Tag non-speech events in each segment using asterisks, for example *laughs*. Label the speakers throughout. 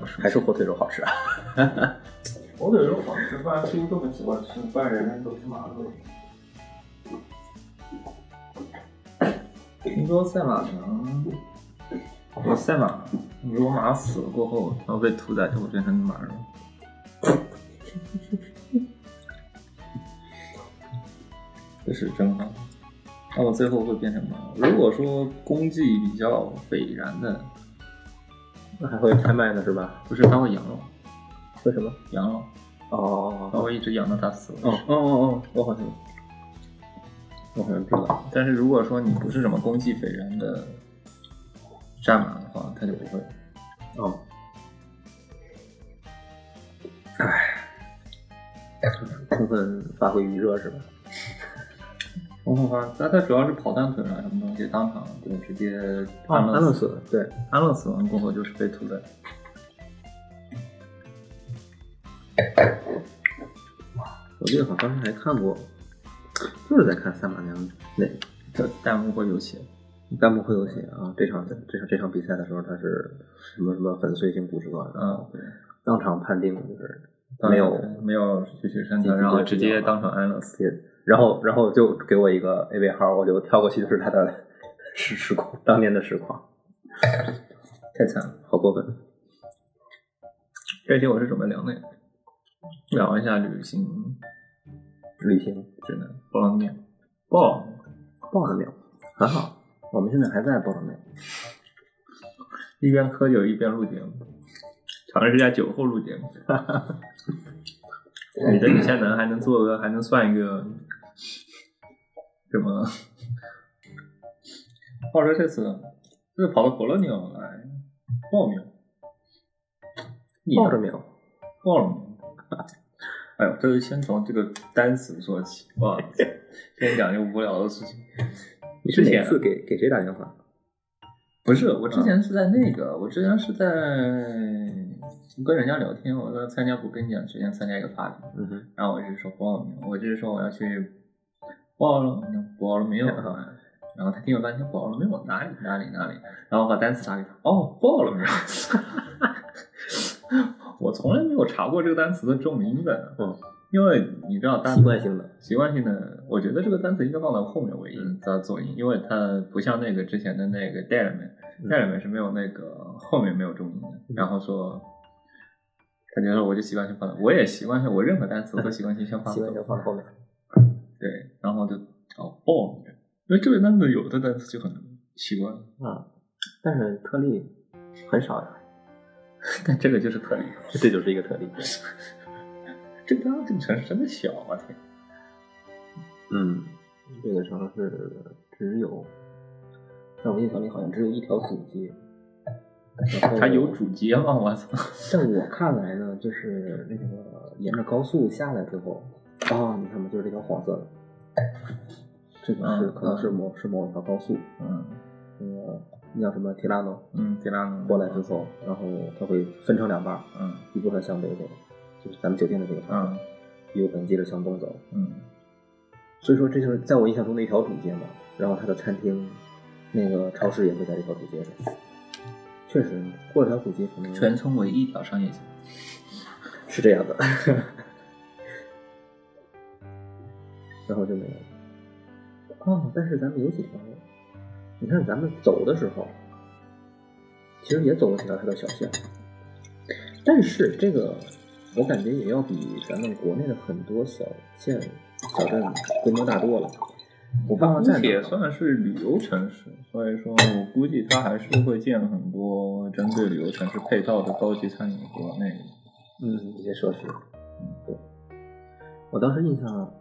Speaker 1: 还是火腿肉好吃啊！
Speaker 2: 火腿肉好吃，外地人都很喜欢吃，外人都吃麻肉。
Speaker 1: 听说赛马娘，我赛马，如果马死了过后，然后被屠宰之后变成马肉， *laughs* 这是真好。那我最后会变成马肉。如果说功绩比较斐然的，
Speaker 3: 那还会拍卖呢是吧？
Speaker 1: 不是他会养肉，
Speaker 3: 为什么？
Speaker 1: 养肉，
Speaker 3: 哦
Speaker 1: 他会一直养到他死为止。
Speaker 3: 哦哦哦，我好像
Speaker 1: 我好像知道。但是如果说你不是什么功绩斐然的战马的话，它就不会。
Speaker 3: 哦，充分发挥余热是吧？
Speaker 1: 红后花，它它啊主要是跑断腿啊，什么东西当场就直接安
Speaker 3: 安乐
Speaker 1: 乐哦死。
Speaker 3: 死了，对，
Speaker 1: 安乐死完过后就是被屠宰。
Speaker 3: 我记得好像还看过，就是在看《赛马娘》那
Speaker 1: 这弹幕会有写，
Speaker 3: 弹幕会有写啊，这场这场这场比赛的时候，他是什么什么粉碎性骨折，然后
Speaker 1: 嗯，对，
Speaker 3: 当场判定就是没有
Speaker 1: 没有继续生存，
Speaker 3: 自己
Speaker 1: 然后
Speaker 3: 的
Speaker 1: 直
Speaker 3: 治疗
Speaker 1: 接当场安乐死。
Speaker 3: 也，然后然后就给我一个 A 位号，我就跳过去就是他的实实况，当年的实况，
Speaker 1: 太惨了。
Speaker 3: 好过分。
Speaker 1: 这期我是准备聊那个，聊一下旅行
Speaker 3: 旅行
Speaker 1: 指南，波浪面，波浪面
Speaker 3: 报了没有？很好，我们现在还在报了没有？
Speaker 1: 一边喝酒一边录节目，尝试一下酒后录节目。哎你的女下男还能做个，还能算一个什么？话说这次这次跑到 Colonial 来报名，你
Speaker 3: 报了
Speaker 1: 呢
Speaker 3: 没有？
Speaker 1: 报了吗？哎呦，这就先从这个单词说起，
Speaker 3: *laughs*
Speaker 1: 哇，先讲一个无聊的事情。
Speaker 3: 你是
Speaker 1: 之
Speaker 3: 哪
Speaker 1: 前
Speaker 3: 次给给谁打电话？
Speaker 1: 不是，我之前是在那个，我之前是在跟人家聊天，我在参加，我跟你讲，之前参加一个 party，
Speaker 3: 嗯哼，
Speaker 1: 然后我就是说报名，我就是说我要去报了，报了没有？啊然后他听我半天报了没有？哪里哪里哪里？然后我把单词打给他，哦，报了没有？ *laughs* 我从来没有查过这个单词的中文音在哪，
Speaker 3: 嗯，
Speaker 1: 因为你知道单
Speaker 3: 习惯性的，
Speaker 1: 习惯性的，我觉得这个单词应该放到后面尾
Speaker 3: 嗯
Speaker 1: 音加做音，因为它不像那个之前的那个 d e l m a n
Speaker 3: 嗯
Speaker 1: d e l m a n 是没有那个后面没有重音的。然后说，他觉得我就习惯性放到，我也习惯性，我任何单词我都习惯性先放
Speaker 3: 习惯性
Speaker 1: 到
Speaker 3: 放后面。
Speaker 1: 对，然后就找 bomb，因为这个单词有的单词就很奇怪，
Speaker 3: 啊，但是特例很少呀，
Speaker 1: *laughs* 但这个就是特例。
Speaker 3: 这这就是一个
Speaker 1: *laughs*
Speaker 3: 特例。
Speaker 1: 这个当这个城市真的小啊！天，
Speaker 3: 嗯，这个城市只有，在我印象里好像只有一条主街。然后
Speaker 1: 它有主街吗？我操！
Speaker 3: 在我看来呢，就是那个沿着高速下来之后，啊，你看吧，就是这条黄色的，这个是、
Speaker 1: 嗯
Speaker 3: 可能是某是某一条高速，
Speaker 1: 嗯
Speaker 3: 呃，那叫什么提拉诺
Speaker 1: 嗯，迪拉侬
Speaker 3: 过来之，后，然后它会分成两半儿，
Speaker 1: 嗯
Speaker 3: 一部分向北走，就是咱们酒店的这个方向，
Speaker 1: 嗯
Speaker 3: 一部分接着向东走。
Speaker 1: 嗯
Speaker 3: 所以说，这就是在我印象中的一条主街嘛。然后它的餐厅、那个超市也会在这条主街上。确实，过了条主街可能
Speaker 1: 全村唯一一条商业街。
Speaker 3: 是这样的。 *laughs* 然后就没有了。哦，但是咱们有几条路，你看咱们走的时候，其实也走了几条它的小巷，但是这个我感觉也要比咱们国内的很多小县、小镇规模大多了。我忘了在
Speaker 1: 这哦嗯
Speaker 3: 哪儿
Speaker 1: 也
Speaker 3: 了。
Speaker 1: 算是旅游城市，所以说我估计它还是会建很多针对旅游城市配套的高级餐饮和那个
Speaker 3: 嗯，一些设施。嗯，对。我当时印象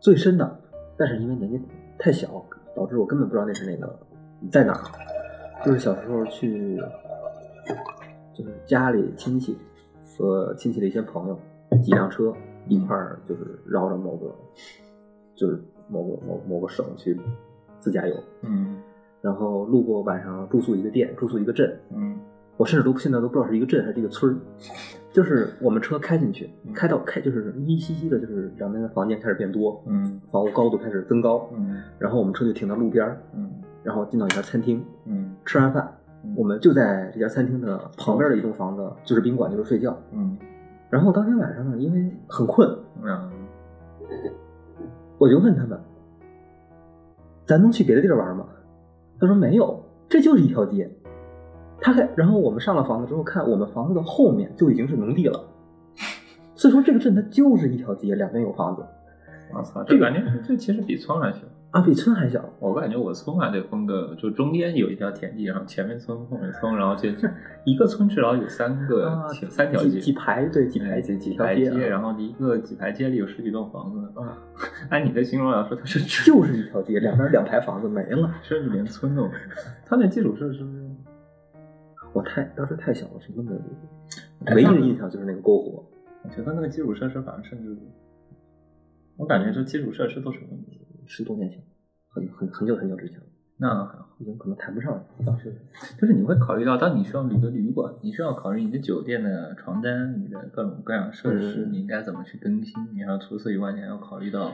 Speaker 3: 最深的，但是因为年纪太小，导致我根本不知道那是那个在哪儿。就是小时候去，就是家里亲戚和亲戚的一些朋友，几辆车一块儿就是绕着某个，就是某个某某个省去自驾游，
Speaker 1: 嗯
Speaker 3: 然后路过晚上住宿一个店，住宿一个镇，
Speaker 1: 嗯
Speaker 3: 我甚至都现在都不知道是一个镇还是一个村儿，就是我们车开进去，
Speaker 1: 嗯
Speaker 3: 开到开就是依稀稀的，就是两边的房间开始变多，
Speaker 1: 嗯
Speaker 3: 房屋高度开始增高，
Speaker 1: 嗯
Speaker 3: 然后我们车就停到路边儿，
Speaker 1: 嗯
Speaker 3: 然后进到一家餐厅，
Speaker 1: 嗯
Speaker 3: 吃完饭，
Speaker 1: 嗯
Speaker 3: 我们就在这家餐厅的旁边的一栋房子，就是宾馆，就是睡觉。
Speaker 1: 嗯，
Speaker 3: 然后当天晚上呢，因为很困，
Speaker 1: 然后
Speaker 3: 我就问他们：“咱能去别的地儿玩吗？”他说：“没有，这就是一条街。”他还，然后我们上了房子之后，看我们房子的后面就已经是农地了，所以说这个镇它就是一条街，两边有房子，
Speaker 1: 我啊操，
Speaker 3: 这
Speaker 1: 这
Speaker 3: 个
Speaker 1: 感觉这其实比村还小。
Speaker 3: 啊，比村还小。
Speaker 1: 我感觉我村啊还得分个，就中间有一条田地，然后前面村后面村，然后这一个村至少有三个
Speaker 3: 啊，
Speaker 1: 挺三条
Speaker 3: 几
Speaker 1: 街，
Speaker 3: 几排对几
Speaker 1: 嗯
Speaker 3: 排
Speaker 1: 几
Speaker 3: 几条
Speaker 1: 排
Speaker 3: 街
Speaker 1: 街，
Speaker 3: 啊
Speaker 1: 然后一个几排街里有十几栋房子。
Speaker 3: 啊，
Speaker 1: *laughs* 按你的形容来说，它是
Speaker 3: 就
Speaker 1: 就是
Speaker 3: 一条街，两边两排房子没了。
Speaker 1: 甚至连村都没有。它那基础设施，
Speaker 3: 我太当时太小了，什么都没有
Speaker 1: 哎
Speaker 3: 唯一
Speaker 1: 那
Speaker 3: 的印象就是那个篝火。
Speaker 1: 我觉得那个基础设施反正甚至，我感觉这基础设施都是问题。
Speaker 3: 十多年前，很很很久很久之前了，
Speaker 1: 那还好，
Speaker 3: 已经可能谈不上了。当时
Speaker 1: 就是你会考虑到，当你需要旅个旅馆，你需要考虑你的酒店的床单、你的各种各样设施，
Speaker 3: 嗯
Speaker 1: 你应该怎么去更新。你还要除此以外，你还要考虑到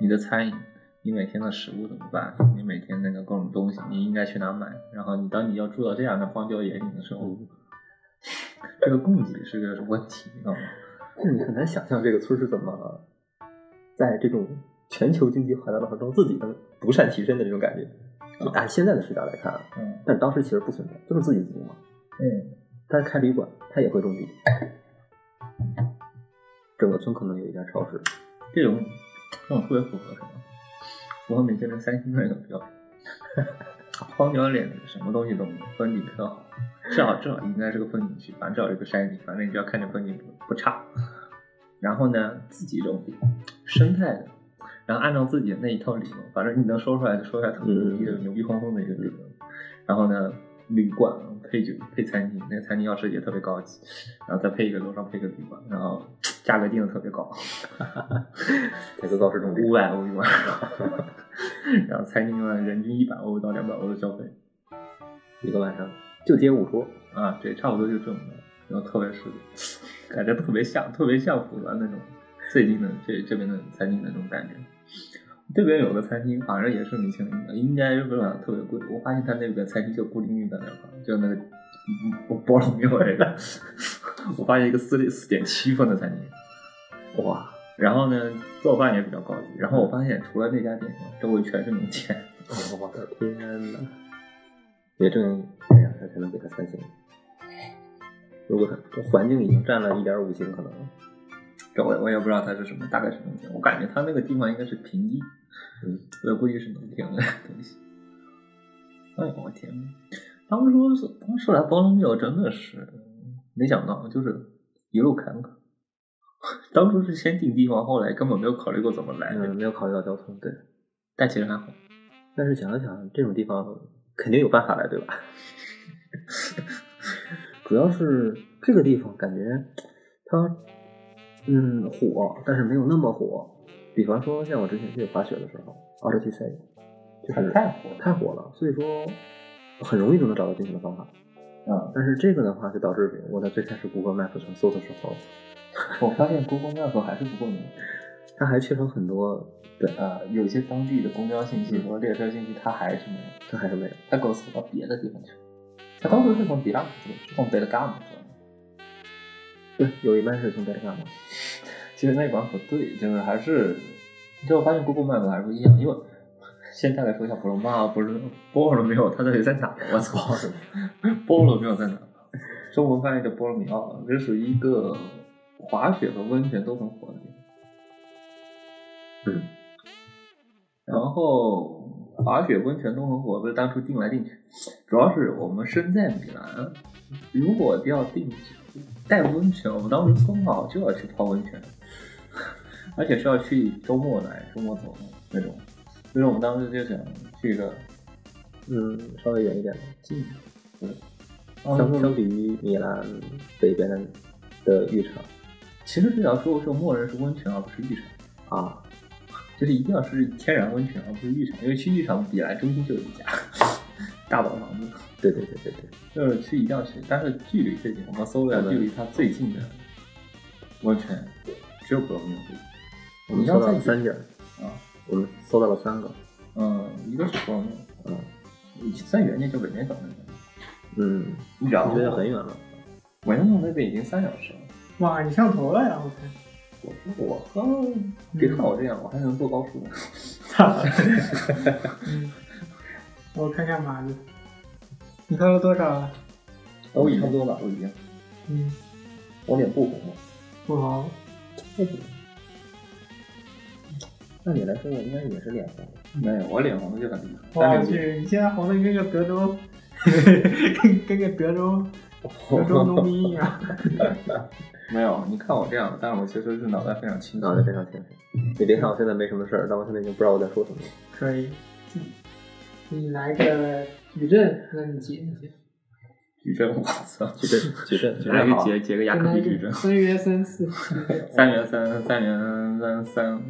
Speaker 1: 你的餐饮，你每天的食物怎么办，你每天那个各种东西，你应该去哪买。然后你当你要住到这样的荒郊野岭的时候，
Speaker 3: 嗯
Speaker 1: 这个供给是个问题，你知道吗？
Speaker 3: 但你很难想象这个村是怎么在这种全球经济环境当中自己能独善其身的这种感觉。就按现在的视角来看啊，
Speaker 1: 嗯
Speaker 3: 但是当时其实不存在，都是自给自足嘛。
Speaker 1: 嗯，
Speaker 3: 但是开旅馆，他也会种地。整个村可能有一家超市，
Speaker 1: 这种这种特别符合什么？符合米其林三星那个标准。荒郊野岭什么东西都没有，风景特好，至少至少应该是个风景区，反正至少是个山景，反正你只要看着风景不不差。然后呢，自己种地，生态的，然后按照自己的那一套理论，反正你能说出来就说出来特别牛逼的、牛逼哄哄的一个理论。然后呢，旅馆配酒配餐厅，那个餐厅要吃也特别高级，然后再配一个楼上配一个旅馆，然后价格定的特别高。
Speaker 3: 这个告示种地。
Speaker 1: 五百欧一晚， *laughs* 然后餐厅呢人均一百欧到两百欧的消费
Speaker 3: 一个晚上就接五桌，
Speaker 1: 啊，对，差不多就这么多，然后特别是，感觉特别像，特别像釜山那种最近的这这边的餐厅那种感觉。这边有个餐厅，反正也是米其林的，应该不是特别贵。我发现他那个餐厅就孤零零在那块儿，就那个嗯波波罗米欧那个， *laughs* 我发现一个四四点七分的餐厅，
Speaker 3: 哇，
Speaker 1: 然后呢做饭也比较高级。然后我发现除了那家店以外，周围全是农钱。
Speaker 3: 我的天哪！也正这样，他才能给他三星。如果他这环境已经占了一点五星，可能
Speaker 1: 这我我也不知道它是什么，大概是农田。我感觉它那个地方应该是平地，
Speaker 3: 嗯，
Speaker 1: 所以估计是农田的东西。哎呦我天呐！当初是当初来包龙庙真的是没想到，就是一路坎坷。当初是先定地方，后来根本没有考虑过怎么来的，
Speaker 3: 嗯没有考虑到交通，对。
Speaker 1: 但其实还好。
Speaker 3: 但是想了想，这种地方肯定有办法来，对吧？ *laughs* 主要是这个地方感觉它嗯火，但是没有那么火。比方说，像我之前去滑雪的时候，奥特 T C 就是
Speaker 1: 太火了
Speaker 3: 太火了，所以说很容易就能找到进行的方法。
Speaker 1: 啊！
Speaker 3: 但是这个的话，就导致我在最开始 Google Map 上搜的时候，
Speaker 1: 我发现 Google Map 还是不够明
Speaker 3: 它还缺少很多，对，
Speaker 1: 呃，有些当地的公交信息和列车信息它还是没有，
Speaker 3: 它还是没有。
Speaker 1: 它给我扫到别的地方去了。它当时是从比拉姆是从贝勒嘎姆走的。
Speaker 3: 对，有一半是从北上嘛，
Speaker 1: 其实那款不对，就是还是，就我发现 Google Map 还是不一样，因为先大概说一下 Pro m a 不是 Pro 了没有，它到底在哪？我操，Pro 了没有在哪？中文翻译叫波罗米奥，啊这属于一个滑雪和温泉都很火的地方。
Speaker 3: 嗯，
Speaker 1: 然后滑雪、温泉都很火，不是当初定来定去，主要是我们身在米兰，如果要定带温泉，我们当时说好就要去泡温泉， *laughs* 而且是要去周末来，周末走那种，所以我们当时就想去一个
Speaker 3: 嗯，稍微远一点的。
Speaker 1: 近，对，当
Speaker 3: 相
Speaker 1: 时
Speaker 3: 相比于米兰北边的的浴场
Speaker 1: 其实这条说是默认是温泉而不是浴场，
Speaker 3: 啊，
Speaker 1: 就是一定要是天然温泉而不是浴场，因为去浴场比来中心就有一家 *laughs* 大澡堂子，
Speaker 3: 对对对对对，
Speaker 1: 就是去一定要去，但是距离最近，我们搜了一下距离它最近的温泉，只有不罗米
Speaker 3: 我们
Speaker 1: 你要
Speaker 3: 搜到
Speaker 1: 再
Speaker 3: 了三家，
Speaker 1: 啊，
Speaker 3: 我们搜到了三个，
Speaker 1: 嗯，一个是普罗米
Speaker 3: 嗯，
Speaker 1: 再远点就北边找那个，
Speaker 3: 嗯，
Speaker 1: 然
Speaker 3: 你
Speaker 1: 后
Speaker 3: 觉得很远了？
Speaker 1: 我要弄那边已经三小时了。
Speaker 2: 哇，你上头了呀！我天，
Speaker 1: 我说我喝，别看我这样，我还能坐高速呢。
Speaker 2: 操！嗯 *laughs* 我看看码子，你喝了多少啊了？
Speaker 1: 我已经差不多吧，我已经，
Speaker 2: 嗯，
Speaker 1: 我脸不红了。
Speaker 2: 不红。
Speaker 3: 按理来说，我应该也是脸红。
Speaker 1: 没有，我脸红的就很厉害。
Speaker 2: 我
Speaker 1: 但是
Speaker 2: 去，你现在红的跟个
Speaker 1: *laughs*
Speaker 2: 德州，跟跟个德州德州农民一
Speaker 1: *laughs*
Speaker 2: 样。
Speaker 1: 没有，你看我这样，但是我其实是脑袋非常清
Speaker 3: 脑
Speaker 1: 楚
Speaker 3: 袋。啊非常清醒。你别看我现在没什么事儿，但我现在已经不知道我在说什么了。
Speaker 2: 可以，嗯你来个矩阵，让你解一解。
Speaker 1: 矩阵，我操！
Speaker 3: 矩阵，矩阵，矩
Speaker 1: 来
Speaker 3: 阵
Speaker 1: 个
Speaker 3: 好。
Speaker 1: 结结个
Speaker 2: 再
Speaker 1: 亚克
Speaker 2: 来
Speaker 1: 力
Speaker 2: 一
Speaker 1: 矩
Speaker 2: 个
Speaker 1: 阵，
Speaker 2: 三元三四，
Speaker 1: 三元三三元三三，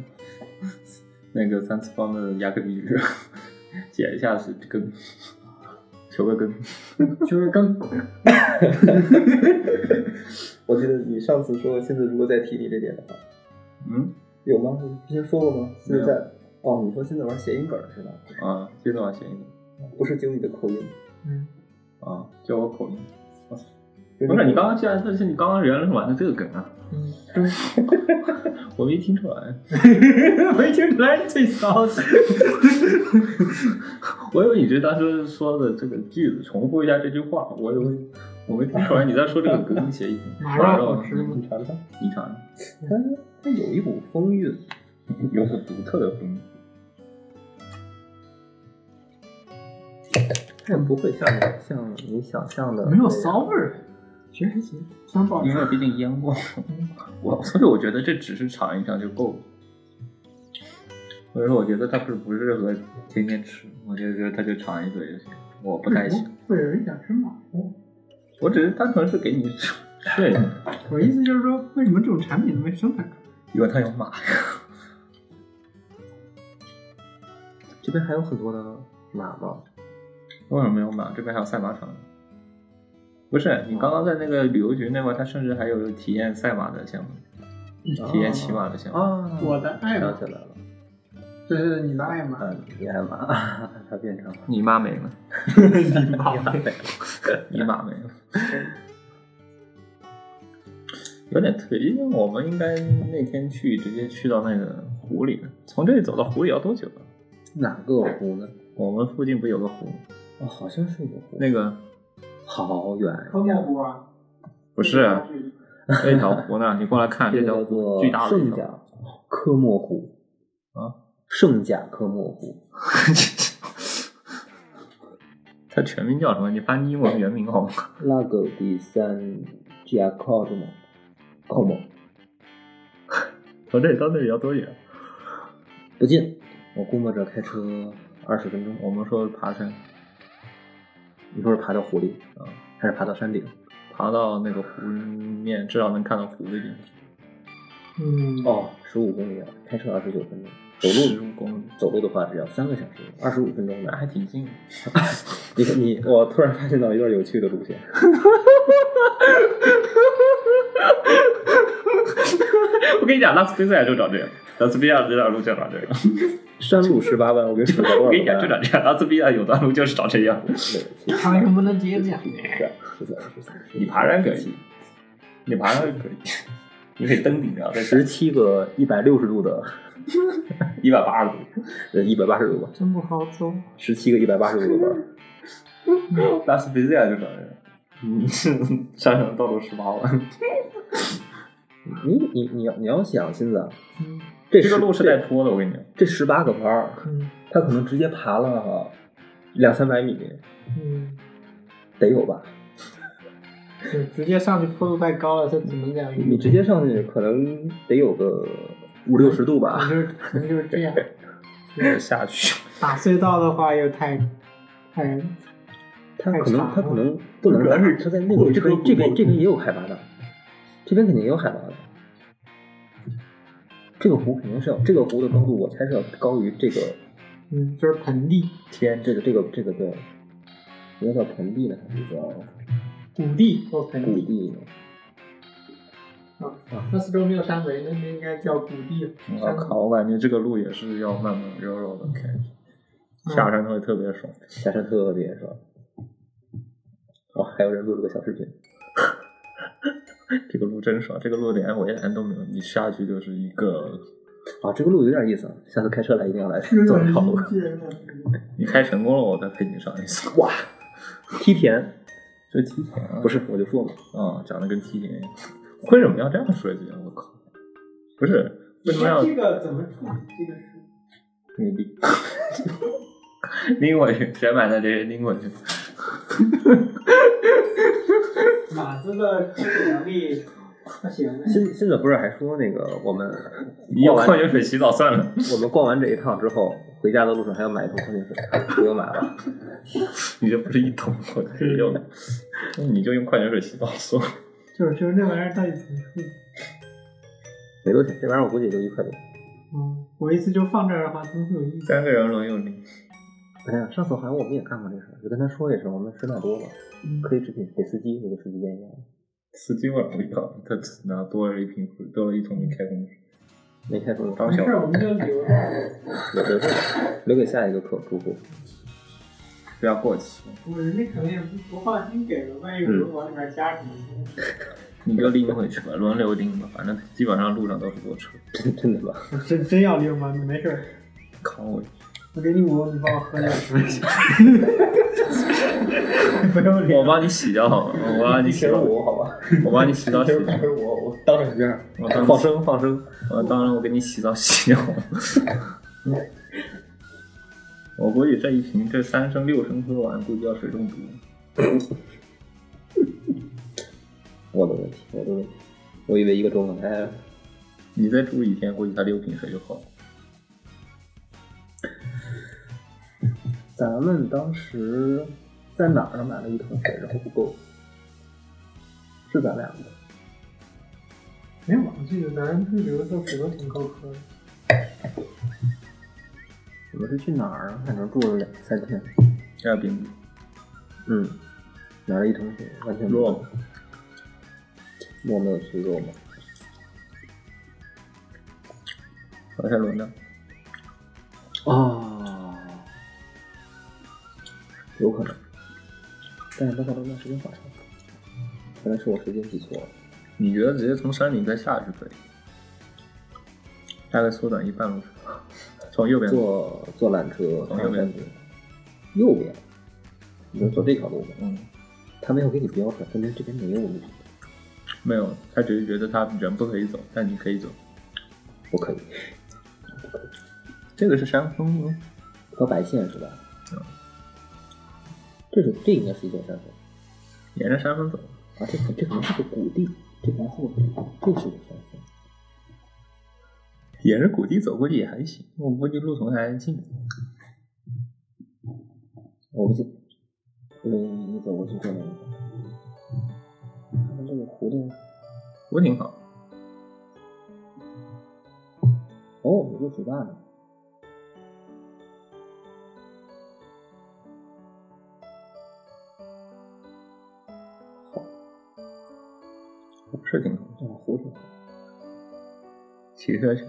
Speaker 1: 那个三次方的亚克力矩阵， *laughs* 解一下是根，求个根。
Speaker 2: 就是刚
Speaker 3: *laughs* 我记得你上次说，现在如果再提你这点的话，
Speaker 1: 嗯
Speaker 3: 有吗？你之前说过吗？现在
Speaker 1: 没
Speaker 3: 在哦，你说现在玩谐音梗儿是吧？
Speaker 1: 啊，接着往前一点
Speaker 3: 不是经你的口音。
Speaker 2: 嗯，
Speaker 1: 啊，教我口音。
Speaker 3: 不
Speaker 1: 不是你刚刚竟然，但是你刚刚原来是玩的这个梗啊，
Speaker 2: 嗯，中
Speaker 1: *laughs* 我没听出来，
Speaker 2: *laughs* 没听出来最骚的。
Speaker 1: *laughs* 我以为你是当时说的这个句子重复一下这句话，我以为我没听出来你在说这个梗谐音。
Speaker 2: 马上好吃吗
Speaker 1: 你尝尝，你尝尝，
Speaker 3: 它它有一股风韵，
Speaker 1: 有个独特的风。
Speaker 3: 它也不会像像你想象的
Speaker 2: 没有
Speaker 3: 那样
Speaker 2: 骚味儿，其实还行，相保
Speaker 1: 因为毕竟腌过，我所以我觉得这只是尝一尝就够了。所以说，我觉得它不是不适合天天吃，我就觉得它就尝一嘴就行。我不太行，
Speaker 2: 会有人想吃马蜂。
Speaker 1: 我只是单纯是给你吃炫耀，
Speaker 2: 我意思就是说，为什么这种产品会生产出来？
Speaker 1: 因为它有马。
Speaker 3: 这边还有很多的马吗？
Speaker 1: 为什么没有马？这边还有赛马场呢。不是，你刚刚在那个旅游局那块，它甚至还有体验赛马的项目，体验骑马的项目。
Speaker 3: 啊！
Speaker 2: 我的爱
Speaker 3: 想
Speaker 2: 马
Speaker 3: 起，来了，
Speaker 2: 这是你的爱
Speaker 1: *laughs*
Speaker 2: 马，
Speaker 3: 嗯，你爱马， *laughs* 它变成
Speaker 1: 你妈没了，
Speaker 2: 你妈
Speaker 1: 你妈没 *laughs* 了，有点推，因为我们应该那天去直接去到那个湖里，从这里走到湖里要多久啊？
Speaker 3: *laughs* 哪个湖呢？
Speaker 1: 我们附近不有个湖？
Speaker 3: 哦，好像是有湖，
Speaker 1: 那个
Speaker 3: 好远呀，
Speaker 2: 科目湖啊，
Speaker 1: 不是啊那条湖呢？你过来 *laughs* 看，这
Speaker 3: 这
Speaker 1: 条
Speaker 3: 叫
Speaker 1: 湖
Speaker 3: 做
Speaker 1: 巨大的一
Speaker 3: 圣
Speaker 1: 条。
Speaker 3: 甲哦科莫湖
Speaker 1: 啊，
Speaker 3: 圣甲科莫湖，
Speaker 1: 它全名叫什么？你翻译 *laughs* 英文原名好吗？
Speaker 3: 拉狗第三甲科莫，科莫
Speaker 1: 从哦这里到那里要多远？
Speaker 3: 不近，我估摸着开车二十分钟。
Speaker 1: 我们说爬山，
Speaker 3: 你说是爬到湖里
Speaker 1: 啊，
Speaker 3: 还是爬到山顶？
Speaker 1: 爬到那个湖面，至少能看到湖的景。
Speaker 2: 嗯，
Speaker 3: 哦，十五公里啊，开车二十九分钟，走
Speaker 1: 十
Speaker 3: 路
Speaker 1: 五公里，
Speaker 3: 走路的话只要三个小时，二十五分钟
Speaker 1: 那
Speaker 3: 呢。
Speaker 1: 还挺近。
Speaker 3: 你你，我突然发现到一段有趣的路线，
Speaker 1: 我跟你讲，拉斯维加斯就长这样，拉斯维加斯这条路就长这样。
Speaker 3: 山路十八弯，我给你数到多
Speaker 1: 我
Speaker 3: 少
Speaker 1: 跟你讲，就长
Speaker 3: 弯？
Speaker 1: 这样，拉斯维加斯有段路就是长这样。
Speaker 3: 对
Speaker 2: 他为什么不能直接讲呢？
Speaker 3: 十三、十三，
Speaker 1: 你爬山可以，你爬山可以， *laughs* 你可以登顶啊，在
Speaker 3: 十七个一百六十度的，
Speaker 1: 一百八十度。
Speaker 3: 呃，一百八十度吧，
Speaker 2: 真不好走。
Speaker 3: 十七个一百八十度的弯。
Speaker 1: 拉斯维加斯就长这样。嗯，山上道路十八弯，
Speaker 2: 啊
Speaker 3: 你你你要你要想，新子，
Speaker 2: 嗯
Speaker 3: 这
Speaker 1: 这个
Speaker 3: 十
Speaker 1: 路是带坡的，我跟你讲。
Speaker 3: 这十八个弯儿，
Speaker 2: 嗯
Speaker 3: 他可能直接爬了两三百米，
Speaker 2: 嗯，
Speaker 3: 得有吧？
Speaker 2: 对，直接上去坡度太高了，他只能两
Speaker 3: 你
Speaker 2: 米，
Speaker 3: 直接上去可能得有个五六十度吧
Speaker 2: 可能。就是可能就是这样。
Speaker 1: 下去，
Speaker 2: 打隧道的话又太太
Speaker 3: 他
Speaker 2: 太
Speaker 3: 可能
Speaker 2: 长
Speaker 3: 他
Speaker 2: 了
Speaker 3: 可能不能
Speaker 1: 主要
Speaker 3: 打
Speaker 1: 是
Speaker 3: 他在那个这边这边这边也有海拔的，这边肯定也有海拔的。这个湖肯定是要，这个湖的高度我猜是要高于这个
Speaker 2: 嗯，就是盆地、
Speaker 3: 天，这个这个这个对，应该叫盆地呢，还是叫
Speaker 2: 谷地或盆
Speaker 3: 谷
Speaker 2: 地。
Speaker 3: 地呢？
Speaker 2: 啊
Speaker 3: 啊，
Speaker 2: 那四周没有山围，那那应该叫谷地。
Speaker 1: 我哦靠！我感觉这个路也是要慢慢柔柔的开，
Speaker 2: 嗯
Speaker 1: 下山会特别爽。
Speaker 3: 下山特别爽。哦，还有人录了个小视频，
Speaker 1: 这个路真爽，这个路连围栏都没有，你下去就是一个，
Speaker 3: 啊，这个路有点意思，啊，下次开车来一定要来
Speaker 2: 有
Speaker 3: 走
Speaker 2: 点
Speaker 3: 这条路
Speaker 2: 理。解，有点理解。
Speaker 1: 你开成功了，我再陪你上一次。
Speaker 3: 哇，梯田
Speaker 1: 这梯田啊，
Speaker 3: 不是，我就 *laughs* 说嘛，
Speaker 1: 啊、长得跟梯田一样，为什么要这样设计啊？我靠，不是为什么要
Speaker 2: 这个怎么处理这个事？
Speaker 1: 你拎拎过去，谁买的这人拎过去，
Speaker 2: 马子的科技能力不行，
Speaker 3: 新新子不是还说那个我们
Speaker 1: 你有
Speaker 3: 逛完
Speaker 1: 矿泉水洗澡算了。
Speaker 3: 我们逛完这一趟之后，回家的路上还要买一桶矿泉水，不用买了。
Speaker 1: 你这不是一桶矿
Speaker 3: *laughs*
Speaker 1: 泉水用，你就用矿泉水洗澡算了。
Speaker 2: 就是就是那玩意儿到底怎么处理？
Speaker 3: 没多少钱，这玩意儿我估计也就一块多。
Speaker 2: 嗯，我意思就放这儿的话，怎么会有意思？
Speaker 1: 三个人轮流拎，
Speaker 3: 哎呀，上次好像我们也干过这事儿，就跟他说一声，我们吃纳多吧，
Speaker 2: 嗯
Speaker 3: 可以只给给司机，那个司机啊愿意要。
Speaker 1: 司机为什么要？他拿多了一瓶水，多了一桶开封
Speaker 3: *laughs*
Speaker 1: 水，
Speaker 3: 没开除，
Speaker 1: 当
Speaker 2: 没
Speaker 1: 小
Speaker 2: 事，我们就留着。
Speaker 3: 留留着，留给下一个客住户。 *laughs*
Speaker 1: 不要过期，
Speaker 2: 我人家可能也不不放心给了，万一有人往里面加什么东西。
Speaker 1: 你就拎回去吧，轮流拎吧，反正基本上路上都是坐车，
Speaker 3: 真真的吗？
Speaker 2: 我真真要溜吗？你没事儿，
Speaker 1: 扛回去。
Speaker 2: 我给你五，你帮我喝点水。不用脸
Speaker 1: 我，帮你洗掉好 *laughs* 吗？我帮你洗
Speaker 3: 瓶
Speaker 1: 掉，
Speaker 3: 五好吧？
Speaker 1: 我帮你洗澡洗
Speaker 3: 一，瓶五，我当着你面儿
Speaker 1: 我当
Speaker 3: 放生放生。
Speaker 1: 我当然我给你洗澡洗掉。 *laughs* 我估计这一瓶这三升六升喝完，估计要水中毒。
Speaker 3: 我的问题，我的问题，我以为一个中文，哎，
Speaker 1: 你再住一天，估计他六瓶水就好了。
Speaker 3: 咱们当时在哪儿买了一桶水，然后不够，是咱俩吗？
Speaker 2: 没有，啊我记得咱出去留的时候水都挺够喝的。
Speaker 3: 我们是去哪儿啊？反正住了两三天。
Speaker 1: 第二瓶
Speaker 3: 嗯，买了一桶水，完全不够。
Speaker 1: 弱，
Speaker 3: 我没有去肉吗？
Speaker 1: 好像轮到哦
Speaker 3: 啊，有可能。但是他可能那时间晚上，可能是我时间记错了。
Speaker 1: 你觉得直接从山顶再下去可以？大概缩短一半路程，从右边走。
Speaker 3: 坐坐缆车
Speaker 1: 从哦
Speaker 3: 上
Speaker 1: 右边
Speaker 3: 山顶，右边，你就走这条路吧。
Speaker 1: 嗯，
Speaker 3: 他没有给你标出来，说明这边没有路，
Speaker 1: 没有，他只是觉得他人不可以走，但你可以走。
Speaker 3: 不可以。
Speaker 1: 这个是山峰嗯吗？
Speaker 3: 和白线是吧？
Speaker 1: 嗯
Speaker 3: 这是这应该是一座山峰。
Speaker 1: 沿着山峰走，
Speaker 3: 啊，这可这可能是个谷地，这可能是个谷地，这是个山峰。
Speaker 1: 沿着谷地走，估计也还行。我估计路程还近。
Speaker 3: 我不信，嗯，你走过去这么一个，看看这个湖的，
Speaker 1: 不挺好。
Speaker 3: 哦，有个水坝呢。
Speaker 1: 是挺好，
Speaker 3: 这个湖挺好。
Speaker 1: 骑车去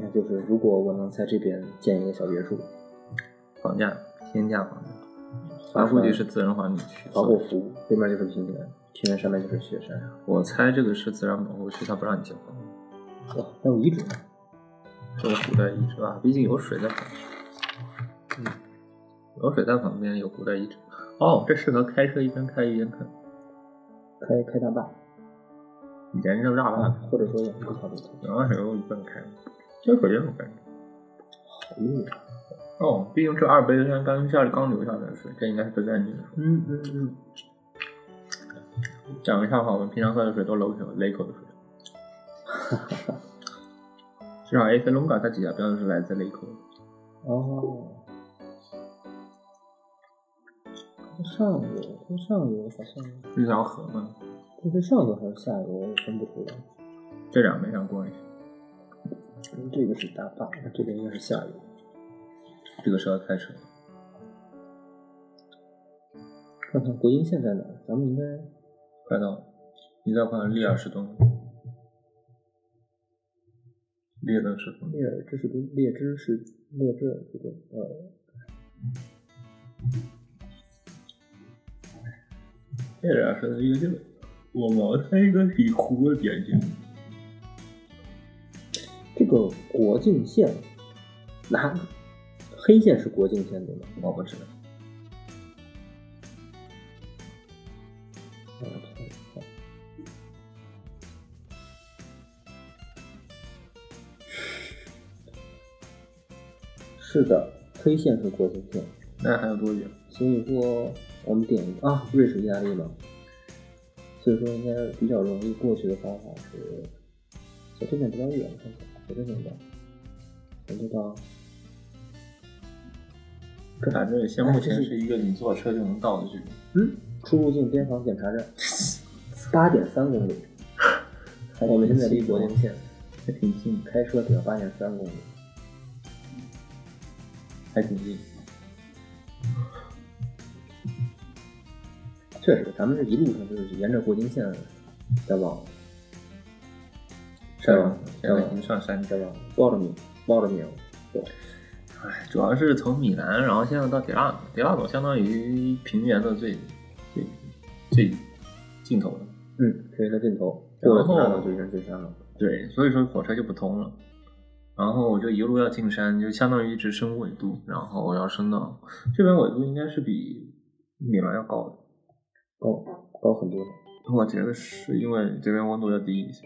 Speaker 3: 那就是如果我能在这边建一个小别墅，
Speaker 1: 房价天价房价，它估计是自然环保区。
Speaker 3: 防护湖对面就是平原，平原上面就是雪山。
Speaker 1: 我猜这个是自然保护区，它不让你建房。
Speaker 3: 哇，还有遗嘱呢。
Speaker 1: 这个古代遗址吧，毕竟有水在旁边。
Speaker 3: 嗯，
Speaker 1: 有水在旁边，有古代遗址。哦，这适合开车一边开一边看，
Speaker 3: 开开大坝
Speaker 1: 沿着大
Speaker 3: 啊
Speaker 1: 坝，
Speaker 3: 或者说也不好的，好
Speaker 1: 然后水啊路一边开，这可真有感觉。
Speaker 3: 运。
Speaker 1: 哦，毕竟这二杯山刚下刚流下来的水，这应该是被干净的水。
Speaker 3: 嗯嗯嗯，
Speaker 1: 讲一下吧，我们平常喝的水都是口雷口的水。至少 AC 龙港它几家标就是来自雷口的。
Speaker 3: 哦。上游，它上游好像
Speaker 1: 这条河吗？
Speaker 3: 这是上游还是下游，我也分不出来。
Speaker 1: 这两没哎啥关系。
Speaker 3: 嗯这个是大坝，那这个应该是下游。
Speaker 1: 这个是要开车，
Speaker 3: 看看国境线在哪儿，咱们应该
Speaker 1: 快到了。你再看利尔士东，列顿士东，
Speaker 3: 列支是敦，列支是列支这个呃，
Speaker 1: 这两说的一个就是我毛它一个里湖的典型，
Speaker 3: 这个国境线，哪黑线是国境线对吗？
Speaker 1: 我不知道。
Speaker 3: 我看一下是的，黑线是国境线，
Speaker 1: 那还有多远？
Speaker 3: 所以说我们点一个啊，瑞士、意大利嘛，所以说应该比较容易过去的方法是，小这点比较远，看看小这点吧，我就到
Speaker 1: 反正现目前是一个你坐车就能到的距离。
Speaker 3: 嗯，出入境边防检查站，八点三公里，还我们现在离国境线
Speaker 1: 还挺近的，
Speaker 3: 开车得要八点三公里。
Speaker 1: 还挺近。
Speaker 3: 确实，咱们这一路上就是沿着国境线在往，在往，在
Speaker 1: 现在已经
Speaker 3: 往，
Speaker 1: 上山
Speaker 3: 在
Speaker 1: 了。
Speaker 3: 往，报了名，报了名，
Speaker 1: 哎，主要是从米兰，然后现在到迪拉戈，迪拉戈相当于平原的最最最尽头了。
Speaker 3: 嗯，可以到尽头，过了
Speaker 1: 然后
Speaker 3: 那就已经进山了。
Speaker 1: 对，所以说火车就不通了。然后我就一路要进山，就相当于一直升纬度，然后我要升到这边纬度应该是比米兰要高的。
Speaker 3: 高高很多，
Speaker 1: 我觉得是因为这边温度要低一些。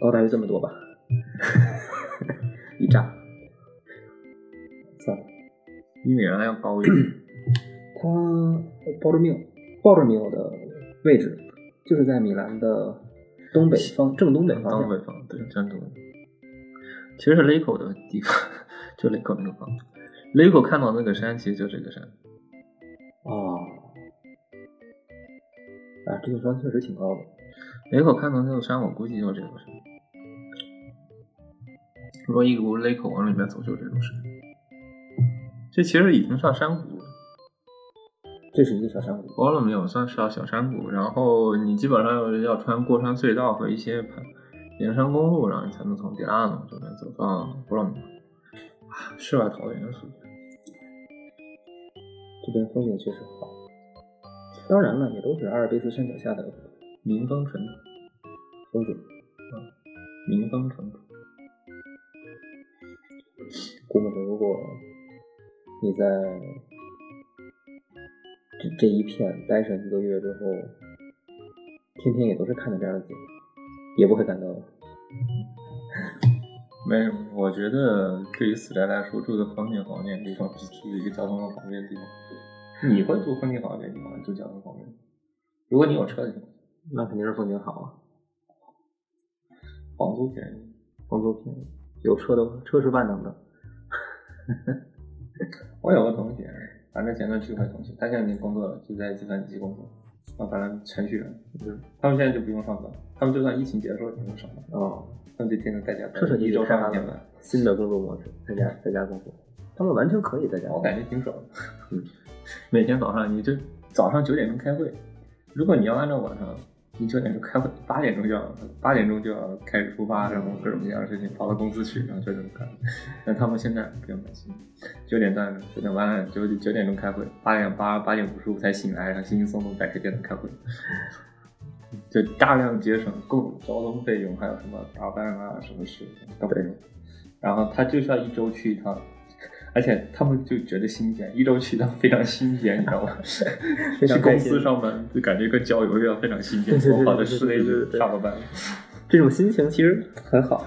Speaker 3: 高大约这么多吧， *laughs* 一炸，算了，
Speaker 1: 比米兰要高一点。
Speaker 3: 他报了名，报了名的位置就是在米兰的东北方，正东北方
Speaker 1: 东
Speaker 3: 向，
Speaker 1: 北方，对，真东北。其实是 Laco 的地方， *laughs* 就 Laco 那个方。Laco 看到那个山，其实就是这个山。
Speaker 3: 哦，啊，这座山确实挺高的。
Speaker 1: Laco 看到那座山，我估计就是这座山。如果一股 Laco 往里面走，就是这座山。这其实已经上山谷了，
Speaker 3: 这是一个小山谷，
Speaker 1: 包了没有？算是到小山谷，然后你基本上要穿过山隧道和一些盘沿山公路，然后你才能从迪拉诺这边走到波罗米啊，世外桃源属于。
Speaker 3: 这边风景确实好。当然了，也都是阿尔卑斯山脚下的
Speaker 1: 民风淳朴，
Speaker 3: 风景。
Speaker 1: 民风淳朴。
Speaker 3: 估摸着，如果你在这这一片待上一个月之后，天天也都是看着这样的景，也不会感到
Speaker 1: 没什么，我觉得对于死宅来说，住的风景好一点的地方，比住一个交通方便的地方，你会住风景好一点的地方，还是住交通方便的地方？如果你有车就行，
Speaker 3: 那肯定是风景好啊，
Speaker 1: 房租便宜。
Speaker 3: 房租便宜，有车的车是万能的。
Speaker 1: *laughs* 我有个同学，反正前段聚会同学，他现在已经工作了，就在计算机工作，啊，反正程序员。
Speaker 3: 嗯，
Speaker 1: 他们现在就不用上班，他们就算疫情结束也不用上班，
Speaker 3: 哦，
Speaker 1: 他们就天天在家待
Speaker 3: 这
Speaker 1: 着，
Speaker 3: 是
Speaker 1: 一周
Speaker 3: 开
Speaker 1: 上
Speaker 3: 发
Speaker 1: 半天班。
Speaker 3: 的新的工作模式，在家在家工作，他们完全可以在家
Speaker 1: 我
Speaker 3: 工作。
Speaker 1: 感觉挺爽的。
Speaker 3: 嗯，
Speaker 1: 每天早上你就早上九点钟开会，如果你要按照晚上，你九点钟开会，八点钟就要八点钟就要开始出发，然后各种各样的事情跑到公司去，然后就这么干。但他们现在不用担心，九点半九点半九九点钟开会，八点八八点五十五才醒来，然后轻轻松松打开电脑开会。就大量节省各种交通费用，还有什么打扮啊，什么事情都不用。然后他就需要一周去一趟，而且他们就觉得新鲜，一周去一趟非常新鲜，你知道吗？
Speaker 3: *laughs* 非常
Speaker 1: 去
Speaker 3: 开
Speaker 1: 公
Speaker 3: 心
Speaker 1: 司上班就感觉跟郊游一样，非常新鲜。
Speaker 3: 对对对
Speaker 1: 从跑到
Speaker 3: 对对
Speaker 1: 室内
Speaker 3: 对对
Speaker 1: 去
Speaker 3: 对
Speaker 1: 上个班，
Speaker 3: 这种心情其实很好。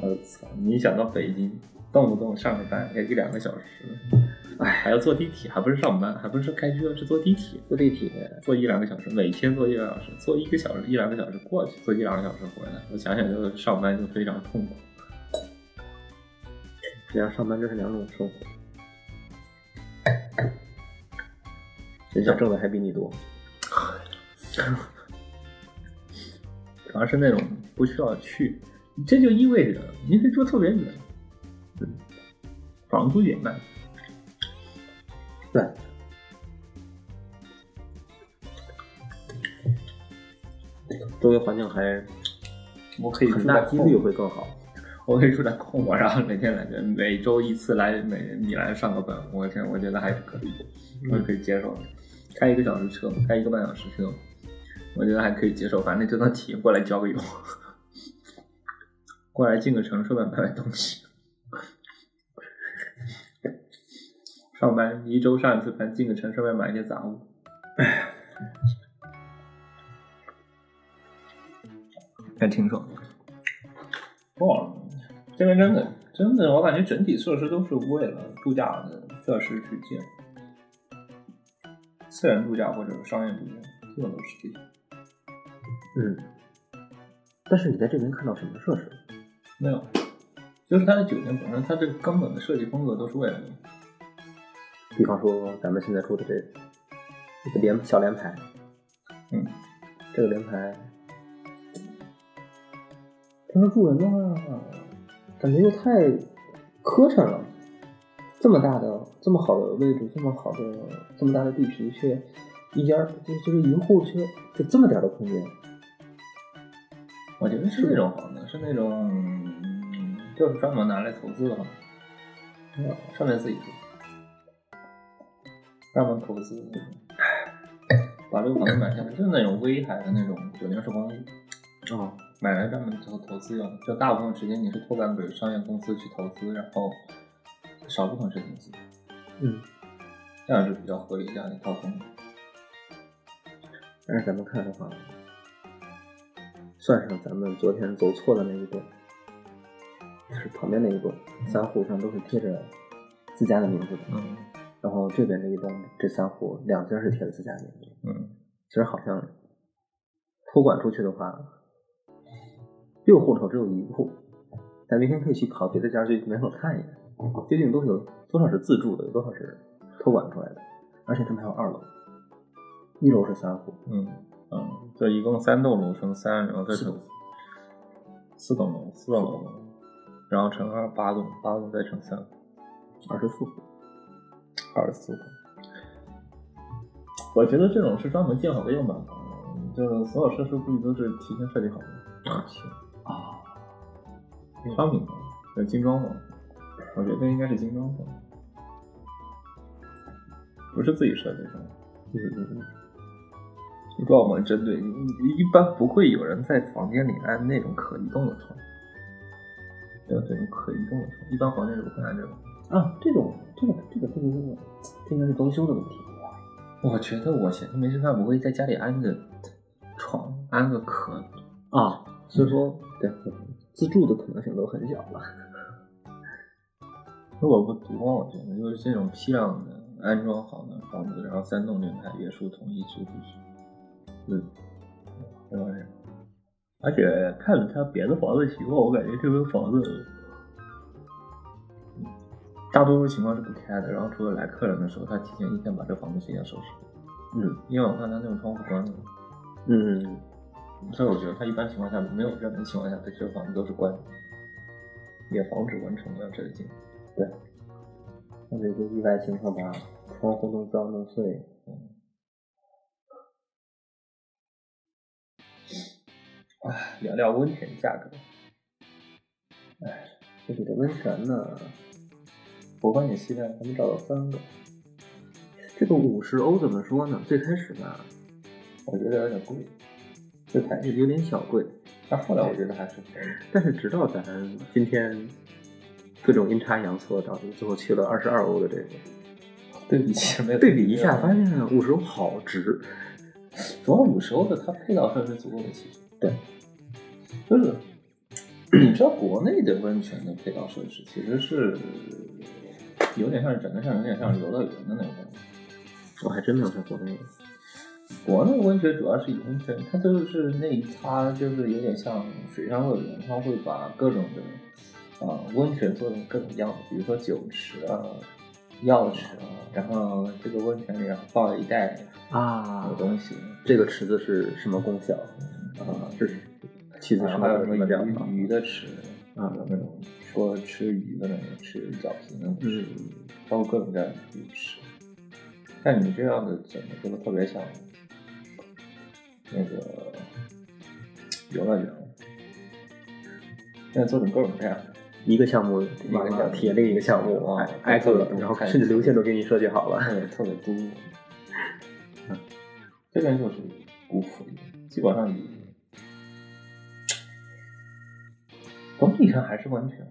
Speaker 1: 我操！你想到北京，动不动上个班要一两个小时，
Speaker 3: 哎
Speaker 1: 还要坐地铁，还不是上班，还不是开车，是坐地铁，
Speaker 3: 坐地铁，
Speaker 1: 坐一两个小时，每天坐一两个小时，坐一个小时一两个小时过去，坐一两个小时回来。我想想，就上班就非常痛苦。
Speaker 3: 这样上班就是两种生活。人家挣的还比你多，
Speaker 1: 主要是那种不需要去，这就意味着你可以住特别远，房租也慢。
Speaker 3: 对，周围环境还
Speaker 1: 我可以
Speaker 3: 很
Speaker 1: 住
Speaker 3: 大
Speaker 1: 在
Speaker 3: 几
Speaker 1: 空
Speaker 3: 率会更好。
Speaker 1: 我可以住在空我，然后每天来这，每周一次来美米兰上个班，我天，我觉得还是可以的，我可以接受的。开一个小时车，开一个半小时车，我觉得还可以接受，反正就当体验过来郊个游， *laughs* 过来进个城，顺便买买东西。上班一周上一次班，进个城，顺便买一些杂物。哎还挺爽的。哇，这边真的真的，我感觉整体设施都是为了度假的设施去建，私人度假或者商业度假，这种都是这些。
Speaker 3: 嗯，但是你在这边看到什么设施？
Speaker 1: 没有，就是它的酒店本身，它这个根本的设计风格都是为了你。
Speaker 3: 比方说咱们现在住的这这个联小联排，
Speaker 1: 嗯，
Speaker 3: 这个联排，他说住人的话，感觉又太磕碜了。这么大的、这么好的位置、这么好的、这么大的地皮，却一家就就是一户却就这么点儿的空间，
Speaker 1: 我觉得是那种房子，是那种嗯就是专门拿来投资的房子，上面自己住，专门投资的那种，把这个房子买下来，就是那种威海的那种酒店式公寓，
Speaker 3: 哦，
Speaker 1: 买来专门投投资用，就大部分时间你是托管给商业公司去投资，然后少部分是你自己，
Speaker 3: 嗯。
Speaker 1: 这样是比较合理这样一套风格。
Speaker 3: 但是咱们看的话，算上咱们昨天走错的那一栋，就是旁边那一栋，三户上都是贴着自家的名字的。
Speaker 1: 嗯
Speaker 3: 然后这边这一栋，这三户两家是贴着自家的名字的。
Speaker 1: 嗯，
Speaker 3: 其实好像托管出去的话，六户头只有一户。咱明天可以去跑别的家去门口看一眼，究竟都有多少是自住的，有多少是托管出来的。而且他们还有二楼，一楼是三户，
Speaker 1: 嗯嗯，这一共三栋楼乘三，然后再乘四栋楼，四栋楼，然后乘二八栋，八栋再乘三，
Speaker 3: 二十四户。
Speaker 1: 二十四栋。我觉得这种是专门建好的样板房，就是所有设施估计都是提前设计好的。
Speaker 3: 啊，
Speaker 1: 商品房，呃，精装房，我觉得应该是精装房，不是自己设计的。
Speaker 3: 嗯嗯嗯，
Speaker 1: 不知道我们针对，一般不会有人在房间里安那种可移动的床，要这种可移动的床，一般房间是不会安这种。
Speaker 3: 啊，这种这个这个这个这个，这应该是装修的问题。
Speaker 1: 我觉得我闲着没事干，我会在家里安个床，安个壳。
Speaker 3: 啊，所以说对自住的可能性都很小了。
Speaker 1: 如果不读光，我觉得就是这种批量的安装好的房子，然后三栋连排别墅统一租出去，
Speaker 3: 嗯，
Speaker 1: 对吧？而且看了他别的房子情况，我感觉这边房子嗯大多数情况是不开的，然后除了来客人的时候，他提前一天把这房子提前收拾。
Speaker 3: 嗯，
Speaker 1: 因为我看他那种窗户关着，
Speaker 3: 嗯，
Speaker 1: 所以我觉得他一般情况下没有热门情况下，对这个房子都是关的，也防止蚊虫要啊这里进。
Speaker 3: 或者一些意外情况把窗户弄脏弄碎。嗯
Speaker 1: 唉，聊聊温泉价格，
Speaker 3: 这里的温泉呢，
Speaker 1: 我帮你期待，咱们找到三个，
Speaker 3: 这个五十欧怎么说呢？最开始吧，
Speaker 1: 我觉得有点贵，
Speaker 3: 这还是有点小贵，
Speaker 1: 但后来我觉得还是便宜。
Speaker 3: 但是直到咱今天各种阴差阳错，导致最后去了二十二欧的这个，
Speaker 1: 对 *laughs* 比前面
Speaker 3: 对比一下，发现五十欧好值。
Speaker 1: 主要五十欧的它配套设施足够的，其实
Speaker 3: 对，
Speaker 1: 就是你知道国内的温泉的配套设施其实是有点像是整个像有点像是游乐园的那种感觉。
Speaker 3: 我还真没有在国内
Speaker 1: 国内温泉主要是以温泉，它就是那一它就是有点像水上乐园，它会把各种的啊、温泉做成各种样子，比如说酒池啊、药池啊，然后这个温泉里然后放了一袋
Speaker 3: 啊
Speaker 1: 有东西，
Speaker 3: 这个池子是什么功效？
Speaker 1: 啊
Speaker 3: 啊，是妻子
Speaker 1: 然
Speaker 3: 什
Speaker 1: 后还
Speaker 3: 么
Speaker 1: 有
Speaker 3: 嗯什
Speaker 1: 什
Speaker 3: 么
Speaker 1: 么
Speaker 3: 这样
Speaker 1: 鱼鱼
Speaker 3: 的
Speaker 1: 的池
Speaker 3: 啊
Speaker 1: 有那种说吃鱼的那种吃饺子那种吃，
Speaker 3: 嗯
Speaker 1: 包括各种各样的鱼吃。但你这样的整的就是特别像那个游乐园，现在做成各种各样的，
Speaker 3: 一个项目
Speaker 1: 个
Speaker 3: 完
Speaker 1: 项
Speaker 3: 了
Speaker 1: 目
Speaker 3: 贴另一个项目
Speaker 1: 啊
Speaker 3: 挨挨个
Speaker 1: 对，
Speaker 3: 然后甚至流线都给你设计好了。
Speaker 1: 特别特别多。嗯这个人就是辜负一点，基本上以总体上还是完全的。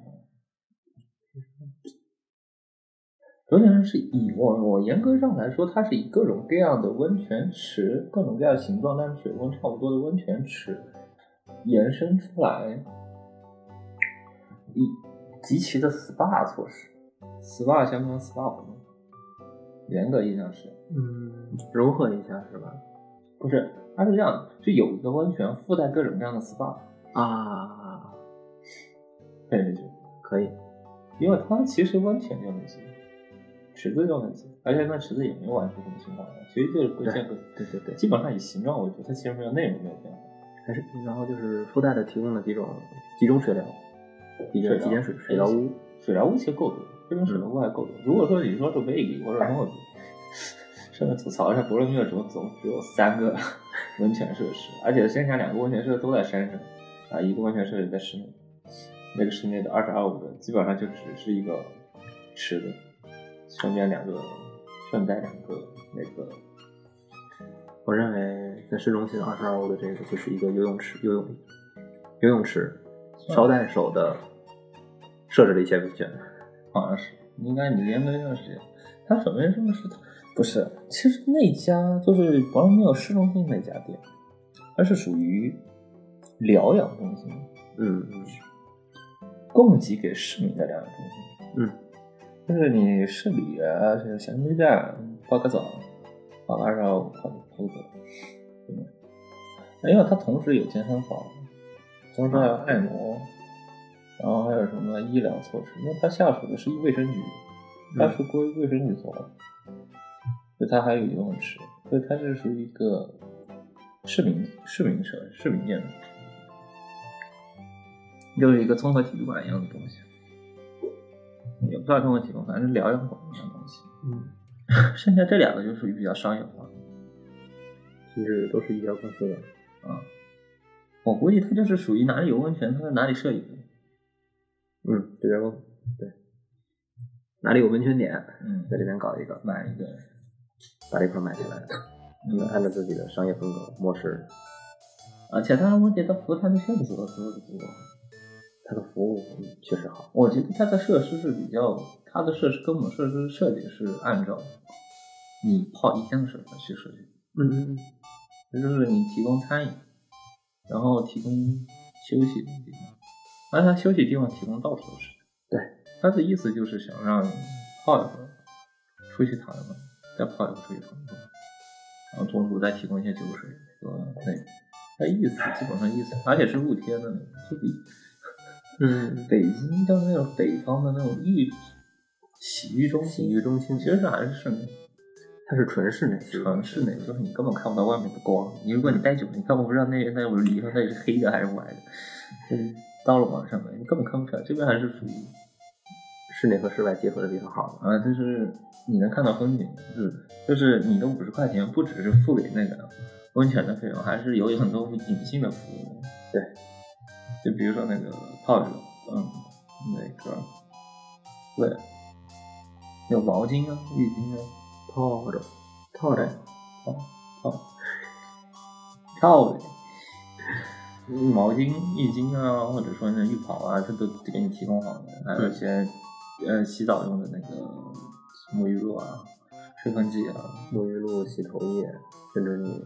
Speaker 1: 总体上是以我我严格上来说，它是以各种各样的温泉池、各种各样的形状，但是水温差不多的温泉池延伸出来，以极其的 SPA 措施，SPA 相关 SPA 活动，严格意义上是。
Speaker 2: 嗯，
Speaker 3: 融合一下是吧？
Speaker 1: 不是，它是这样，是有一个温泉附带各种各样的 SPA
Speaker 3: 啊，
Speaker 1: 配着去，
Speaker 3: 可以，
Speaker 1: 因为它其实温泉就那些，池子就那些，而且那池子也没有玩出什么新花样，其实就是各建个，
Speaker 3: 对对对，
Speaker 1: 基本上以形状为主，它其实没有内容没有变化。
Speaker 3: 还是然后就是附带的提供了几种几种水疗，几个
Speaker 1: 水疗
Speaker 3: 几间水水疗屋，
Speaker 1: 水疗屋其实够多，这边水疗屋还够多。如果说你说是 v e g 或者 no，甚至吐槽一下伯罗密尔总总只有三个 *laughs* 温泉设施，而且剩下两个温泉设施都在山上，啊，一个温泉设施在室内，那个室内的二十二五的基本上就只是一个池子，顺便两个顺带两个那个
Speaker 3: 我认为在市中心二十二楼的这个就是一个游泳池，游泳游泳池捎带手的设置了一些温泉，
Speaker 1: 好像是，应该你连跟上时间。他首先说的是，不是，其实那家就是保罗没有市中心那家店，它是属于疗养中心，
Speaker 3: 嗯嗯
Speaker 1: 供给给市民的疗养中心。
Speaker 3: 嗯，
Speaker 1: 就是你市里啊，这个小区站泡个澡，泡个二十五，泡泡个澡，对吧？因为它哎同时有健身房，同时还有按摩，然后还有什么医疗措施，因为它下属的是卫生局，它是归卫生局所有的，就它还有游泳池，所以它是属于一个市民市民设市民建筑，就是一个综合体育馆一样的东西，也不算综合体育馆，反正是疗养馆一样的东西。*laughs*
Speaker 2: 嗯，
Speaker 1: 剩下这两个就属于比较商业化，
Speaker 3: 其实都是医疗公司的，
Speaker 1: 啊，我估计它就是属于哪里有温泉，它在哪里设一个，
Speaker 3: 嗯，这边公司对，哪里有温泉点，
Speaker 1: 嗯
Speaker 3: 在这边搞一个，
Speaker 1: 买一个，
Speaker 3: 把这块买起来，
Speaker 1: 嗯，
Speaker 3: 按照自己的商业风格模式，
Speaker 1: 而且当然，我觉得服务态度确实做的足够足够。
Speaker 3: 它的服务嗯确实好，
Speaker 1: 我觉得它的设施是比较，它的设施跟我们设施设计是按照你泡一天的水来去设计，
Speaker 3: 嗯嗯嗯，
Speaker 1: 也就是你提供餐饮，然后提供休息的地方，而它休息地方提供到处都是。
Speaker 3: 对，
Speaker 1: 它的意思就是想让你泡一会儿，出去躺一会儿，再泡一会儿出去躺一会儿，然后中途再提供一些酒水和那个，它意思基本上意思，而且是露天的那种，就比
Speaker 3: 嗯，
Speaker 1: *laughs* 北京就是那种北方的那种浴洗浴中心，
Speaker 3: 洗浴中心
Speaker 1: 其实是还是室内，
Speaker 3: 它是纯室内，
Speaker 1: 纯室内，就是你根本看不到外面的光。你如果你待久了，你根本不知道那那种里头那是黑的还是白的。
Speaker 3: 嗯，
Speaker 1: 到了晚上了，你根本看不出来。这边还是属于
Speaker 3: 室内和室外结合的比较好的，
Speaker 1: 啊，就是你能看到风景，
Speaker 3: 嗯，
Speaker 1: 就是你的五十块钱不只是付给那个温泉的费用，还是有很多隐性的服务。
Speaker 3: 对，
Speaker 1: 就比如说那个泡脚，嗯，那个对，有毛巾啊、浴巾啊。
Speaker 3: 泡着泡着。
Speaker 1: 套的毛巾、浴巾啊，或者说那浴袍啊，它都给你提供好的，还有一些、呃洗澡用的那个沐浴露啊、吹风机啊，
Speaker 3: 沐浴露、洗头液，甚至你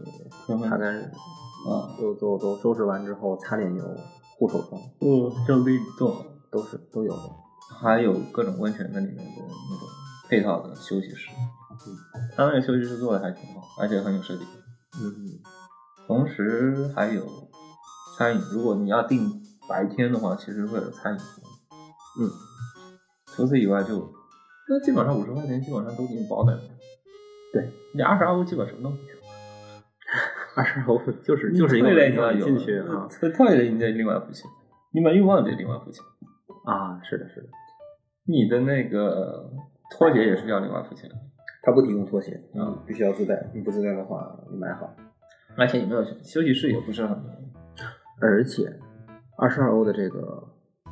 Speaker 1: 慢慢
Speaker 3: 擦干，
Speaker 1: 啊，
Speaker 3: 都都都收拾完之后，擦脸油、护手霜
Speaker 1: 嗯，就可以做，
Speaker 3: 都是都有的。
Speaker 1: 还有各种温泉的里面的那种配套的休息室，他那个休息室做的还挺好，而且很有设计感。
Speaker 3: 嗯，
Speaker 1: 同时还有餐饮，如果你要订白天的话，其实会有餐饮服务。
Speaker 3: 嗯，
Speaker 1: 除此以外就，那基本上五十块钱基本上都给你包在里面。
Speaker 3: 对，
Speaker 1: 你二十二欧基本什么都没有，
Speaker 3: 二十楼就是就是一个
Speaker 1: 退了你要
Speaker 3: 门
Speaker 1: 有嗯
Speaker 3: 进去啊
Speaker 1: 退退了你得另外付钱，你买浴帽得另外付钱，
Speaker 3: 啊，是的，是的，
Speaker 1: 你的那个拖鞋也是要另外付钱，
Speaker 3: 它不提供拖鞋，
Speaker 1: 嗯，
Speaker 3: 必须要自带，你不自带的话，你买好。
Speaker 1: 而且你没有休息室也不是很多，
Speaker 3: 而且二十二欧的这个，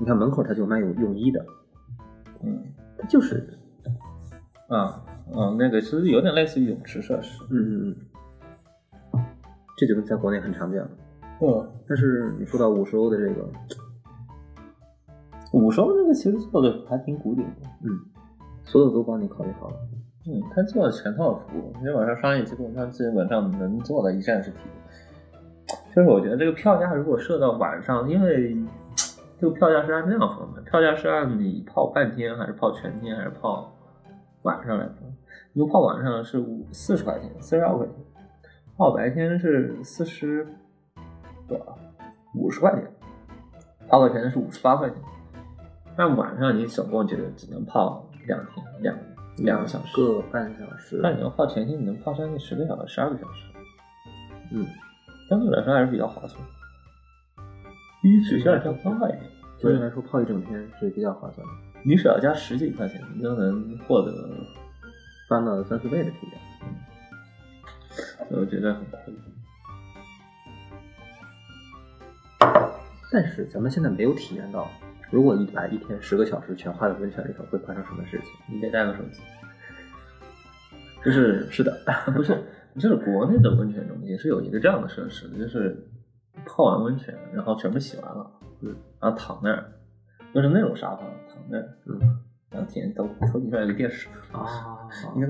Speaker 3: 你看门口它就有卖泳泳衣的，
Speaker 1: 嗯
Speaker 3: 它就是
Speaker 1: 啊嗯那个其实有点类似于泳池设施，
Speaker 3: 嗯嗯嗯，这就跟在国内很常见了。
Speaker 4: 嗯，
Speaker 3: 但是你说到五十欧的这个，
Speaker 4: 五双这个其实做的还挺古典的。
Speaker 3: 嗯，所有都帮你考虑好了。
Speaker 4: 嗯，他做了全套服务，你在网上刷一些文章，基本上能做的一站式体验。
Speaker 1: 就是我觉得这个票价如果设到晚上，因为这个票价是按这样分的，票价是按你泡半天还是泡全天还是泡晚上来分。如果泡晚上是五四十块钱，四十二块钱；泡白天是四十多少？五十块钱。泡个全是五十八块钱。但晚上你总共就只能泡两天，两两个小时。
Speaker 3: 个半小时，
Speaker 1: 但你要泡全天，你能泡将近十个小时、十二个小时，
Speaker 3: 嗯，
Speaker 1: 相对来说还是比较划算。比学校要方便一点，
Speaker 3: 相对来说泡一整天是比较划算的，
Speaker 1: 你只要加十几块钱，你就能获得，
Speaker 3: 翻了三四倍的体验。
Speaker 1: 所以我觉得很亏。
Speaker 3: 但是咱们现在没有体验到，如果一把一天十个小时全花在温泉里头，会发生什么事情？
Speaker 1: 你得带个手机，
Speaker 3: 就是是的，
Speaker 1: *laughs* 不是，就是国内的温泉中也是有一个这样的设施的，就是泡完温泉，然后全部洗完了，
Speaker 3: 嗯，
Speaker 1: 然后躺那儿，就是那种沙发躺那儿，
Speaker 3: 嗯
Speaker 1: 然后体验头头顶上有个 *laughs* 电视，
Speaker 3: 啊，
Speaker 1: 你看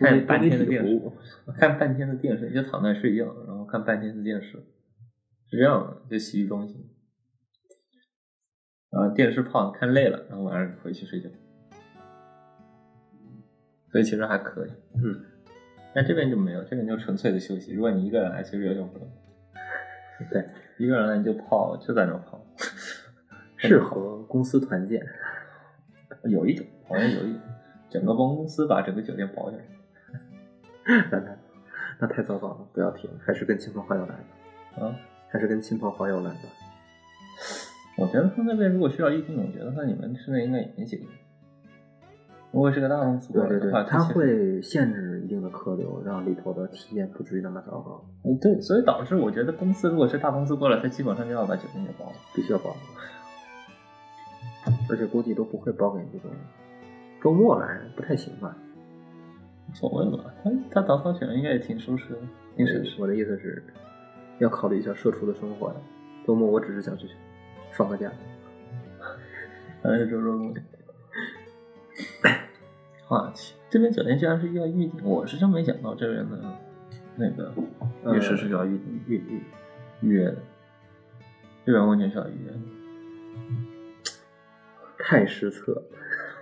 Speaker 1: 那个电视，看半天的电视，看半天的电视，你就躺那儿睡觉，然后看半天的电视，是这样的，就洗浴中心。然后电视泡看累了，然后晚上回去睡觉，所以其实还可以。
Speaker 3: 嗯，
Speaker 1: 但这边就没有，这边就纯粹的休息。如果你一个人来，其实有点无聊。
Speaker 3: *laughs* 对，
Speaker 1: 一个人来你就泡，就在那儿泡，
Speaker 3: 适合公司团建。
Speaker 1: 有一种好像有一种，整个公司把整个酒店包下来。
Speaker 3: 那太糟糕了，不要提了，还是跟亲朋好友来吧。
Speaker 1: 啊，
Speaker 3: 还是跟亲朋好友来吧。
Speaker 1: 我觉得他那边如果需要预定，我觉得他你们室内应该也没几个人。如果是个大公司
Speaker 3: 对对
Speaker 1: 的话，
Speaker 3: 对，它
Speaker 1: 其实
Speaker 3: 会限制一定的客流，让里头的体验不至于那么糟糕，
Speaker 1: 嗯对，所以导致我觉得公司如果是大公司过来，他基本上就要把酒店给包了。
Speaker 3: 必须要包。而且估计都不会包给这种周末来，不太行吧？
Speaker 1: 无所谓吧，他他打扫起来应该也挺舒适的，挺省事。
Speaker 3: 我的意思是，要考虑一下社畜的生活呀。周末我只是想去放个假。
Speaker 1: 还是周周末。 *laughs* 话题，啊这边酒店居然是要预定，我是真没想到这边的那个
Speaker 3: 呃
Speaker 1: 呃浴室是要预定预预预约的，这边温泉是要预约的。
Speaker 3: 太失策了，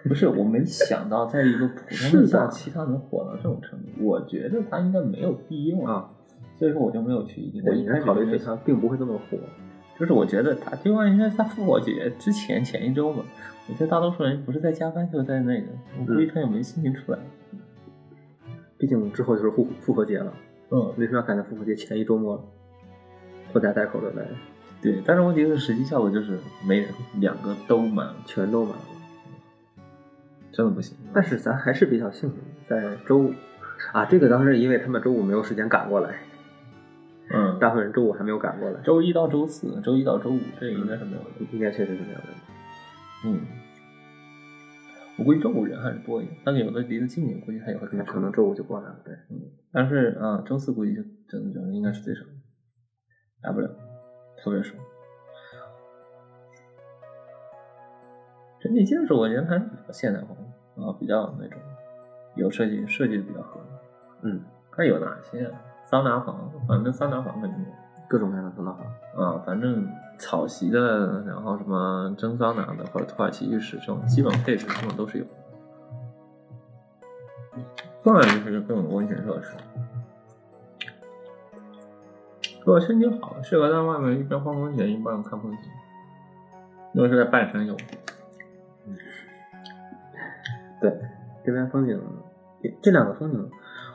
Speaker 1: 不是，我没想到在一个普通
Speaker 3: 是
Speaker 1: 的
Speaker 3: 的
Speaker 1: 假期，它能火到这种程度。我觉得它应该没有必要
Speaker 3: 啊，
Speaker 1: 所以说我就没有去一定。
Speaker 3: 我
Speaker 1: 一
Speaker 3: 应
Speaker 1: 开
Speaker 3: 该
Speaker 1: 始
Speaker 3: 考虑
Speaker 1: 就
Speaker 3: 对
Speaker 1: 没
Speaker 3: 它并不会这么火。
Speaker 1: 就是我觉得他就万应该在复活节之前前一周吧。我觉得大多数人不是在加班，就是在那个，我估计
Speaker 3: 嗯
Speaker 1: 他也没心情出来。
Speaker 3: 毕竟之后就是复复活节了，
Speaker 1: 嗯，
Speaker 3: 为什么要赶在复活节前一周末拖家带口的来？
Speaker 1: 对。但是问题是，实际效果就是没人，两个都满了，
Speaker 3: 全都满了。
Speaker 1: 真的不行。
Speaker 3: 但是咱还是比较幸运，在周五啊，这个当时因为他们周五没有时间赶过来，
Speaker 1: 嗯，
Speaker 3: 大部分人周五还没有赶过来，
Speaker 1: 周一到周四，周一到周五，这应该是没有的。
Speaker 3: 应该确实是没有问题。
Speaker 1: 嗯，我估计周五人还是多一点，但是有的离得近一点，估计他也会开
Speaker 3: 可能
Speaker 1: 车
Speaker 3: 可能周五就过来了，对，
Speaker 1: 但是啊，周四估计就真的就是应该是最少的，来不了，特别少。整体建筑我觉得还是比较现代化的啊，比较那种有设计设计的比较合理。
Speaker 3: 嗯，
Speaker 1: 看有哪些啊桑拿房，反正桑拿房肯定有
Speaker 3: 各种各样的桑拿房，
Speaker 1: 啊，反正草席的，然后什么蒸桑拿的或者土耳其浴室这种基本配置，基本都是有的。当然就是各种温泉设施。如果身体好，适合在外面一边泡温泉一边看风景。如果是在半山有，
Speaker 3: 对，这边风景，这两个风景，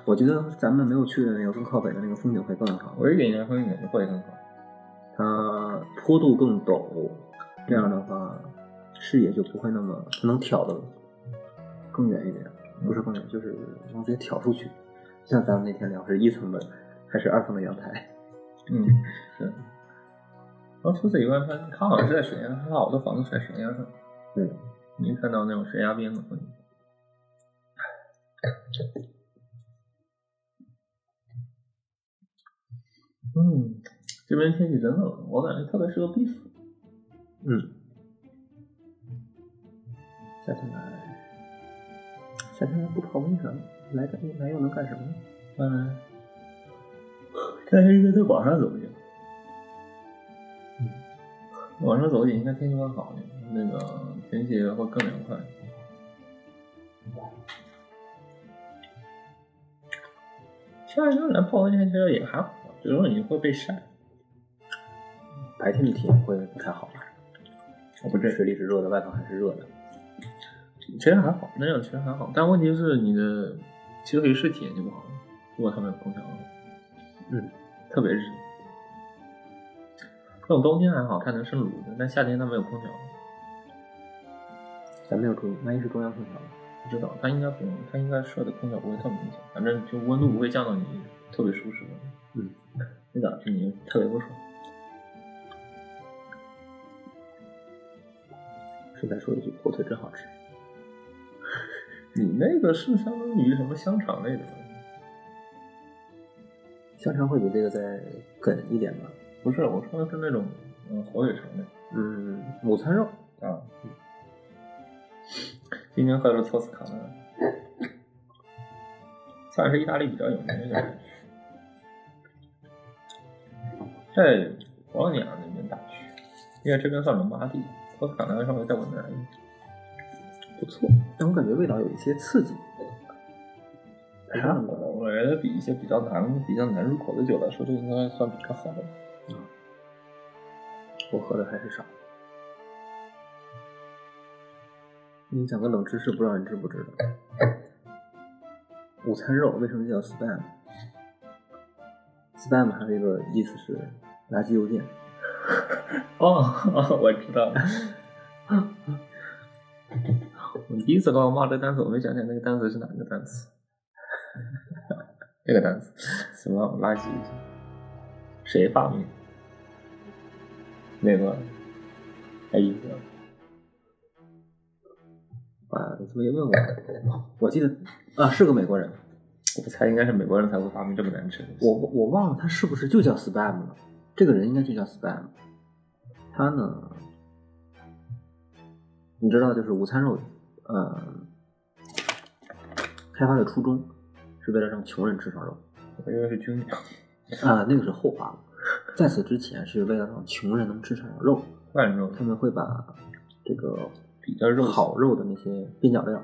Speaker 3: 我觉得咱们没有去的那个更靠北的那个风景会更好，
Speaker 1: 我一点点风景就会很好。
Speaker 3: 它呃坡度更陡，这样的话视野就不会那么，它能挑的更远一点，不是更远，就是嗯能直接挑出去。像咱们那天聊是一层的还是二层的阳台，
Speaker 1: 嗯，是。然后除此以外，它它好像是在悬崖，它好多房子是在悬崖上。
Speaker 3: 嗯，
Speaker 1: 你能看到那种悬崖边的风景。
Speaker 2: 嗯，
Speaker 1: 这边天气真冷，我感觉特别适合避暑。
Speaker 3: 夏天来，夏天来不泡温泉，来干来又能干什么呢？
Speaker 1: 嗯，但是应该在往上走一点。往上走一点，应该天气会好一点，那个天气会更凉快。夏天来泡温泉其实也还好，只是你会被晒。
Speaker 3: 白天的体验会不太好吧？
Speaker 1: 我不
Speaker 3: 水里是热的，外头还是热的。
Speaker 1: 其实还好，那样其实还好，但问题是你的其实一室体验就不好了。如果他们有空调的话，
Speaker 3: 嗯，
Speaker 1: 特别热。这种冬天还好，它能生炉子，但夏天它没有空调，
Speaker 3: 咱没有中，万一是中央空调呢？
Speaker 1: 不知道它应该不用，它应该设的空调不会特别明显，反正就温度不会降到你特别舒适的。
Speaker 3: 嗯，
Speaker 1: 那导致你特别不爽。
Speaker 3: 顺便说一句，火腿真好吃。
Speaker 1: 你那个是相当于什么香肠类的吧？
Speaker 3: 香肠会比这个再梗一点吧？
Speaker 1: 不是，我说的是那种嗯火腿肠类。
Speaker 3: 嗯，午餐肉，
Speaker 1: 啊，今天喝的是托斯卡纳，算是意大利比较有名的一个人，在博洛尼亚那边大区，因为这边算隆巴第，托斯卡纳稍微再温暖一点。
Speaker 3: 不错，但我感觉味道有一些刺激。
Speaker 1: 还好吧，我觉得比一些比较难、比较难入口的酒来说，这应该算比较好的。
Speaker 3: 我喝的还是少。你讲个冷知识，不知道你知不知道？午餐肉为什么叫 spam？spam 还有一个意思是垃圾邮件。
Speaker 1: 哦，我 *laughs* 知道了。我第一次刚骂这单词，我没想起来那个单词是哪个单词。这个单词什么垃圾邮件？谁发明？美国？哎还英国？
Speaker 3: 啊，你怎么也问我？我记得啊，是个美国人，
Speaker 1: 我猜应该是美国人才会发明这么难吃的东西。
Speaker 3: 我我忘了他是不是就叫 spam 了。这个人应该就叫 spam。他呢，你知道，就是午餐肉，呃，开发的初衷是为了让穷人吃上肉
Speaker 1: 我以为是军鸟，
Speaker 3: 啊，那个是后话了。在此之前是为了让穷人能吃上肉，
Speaker 1: *laughs* 万肉
Speaker 3: 他们会把这个
Speaker 1: 比较肉
Speaker 3: 好肉的那些边角料，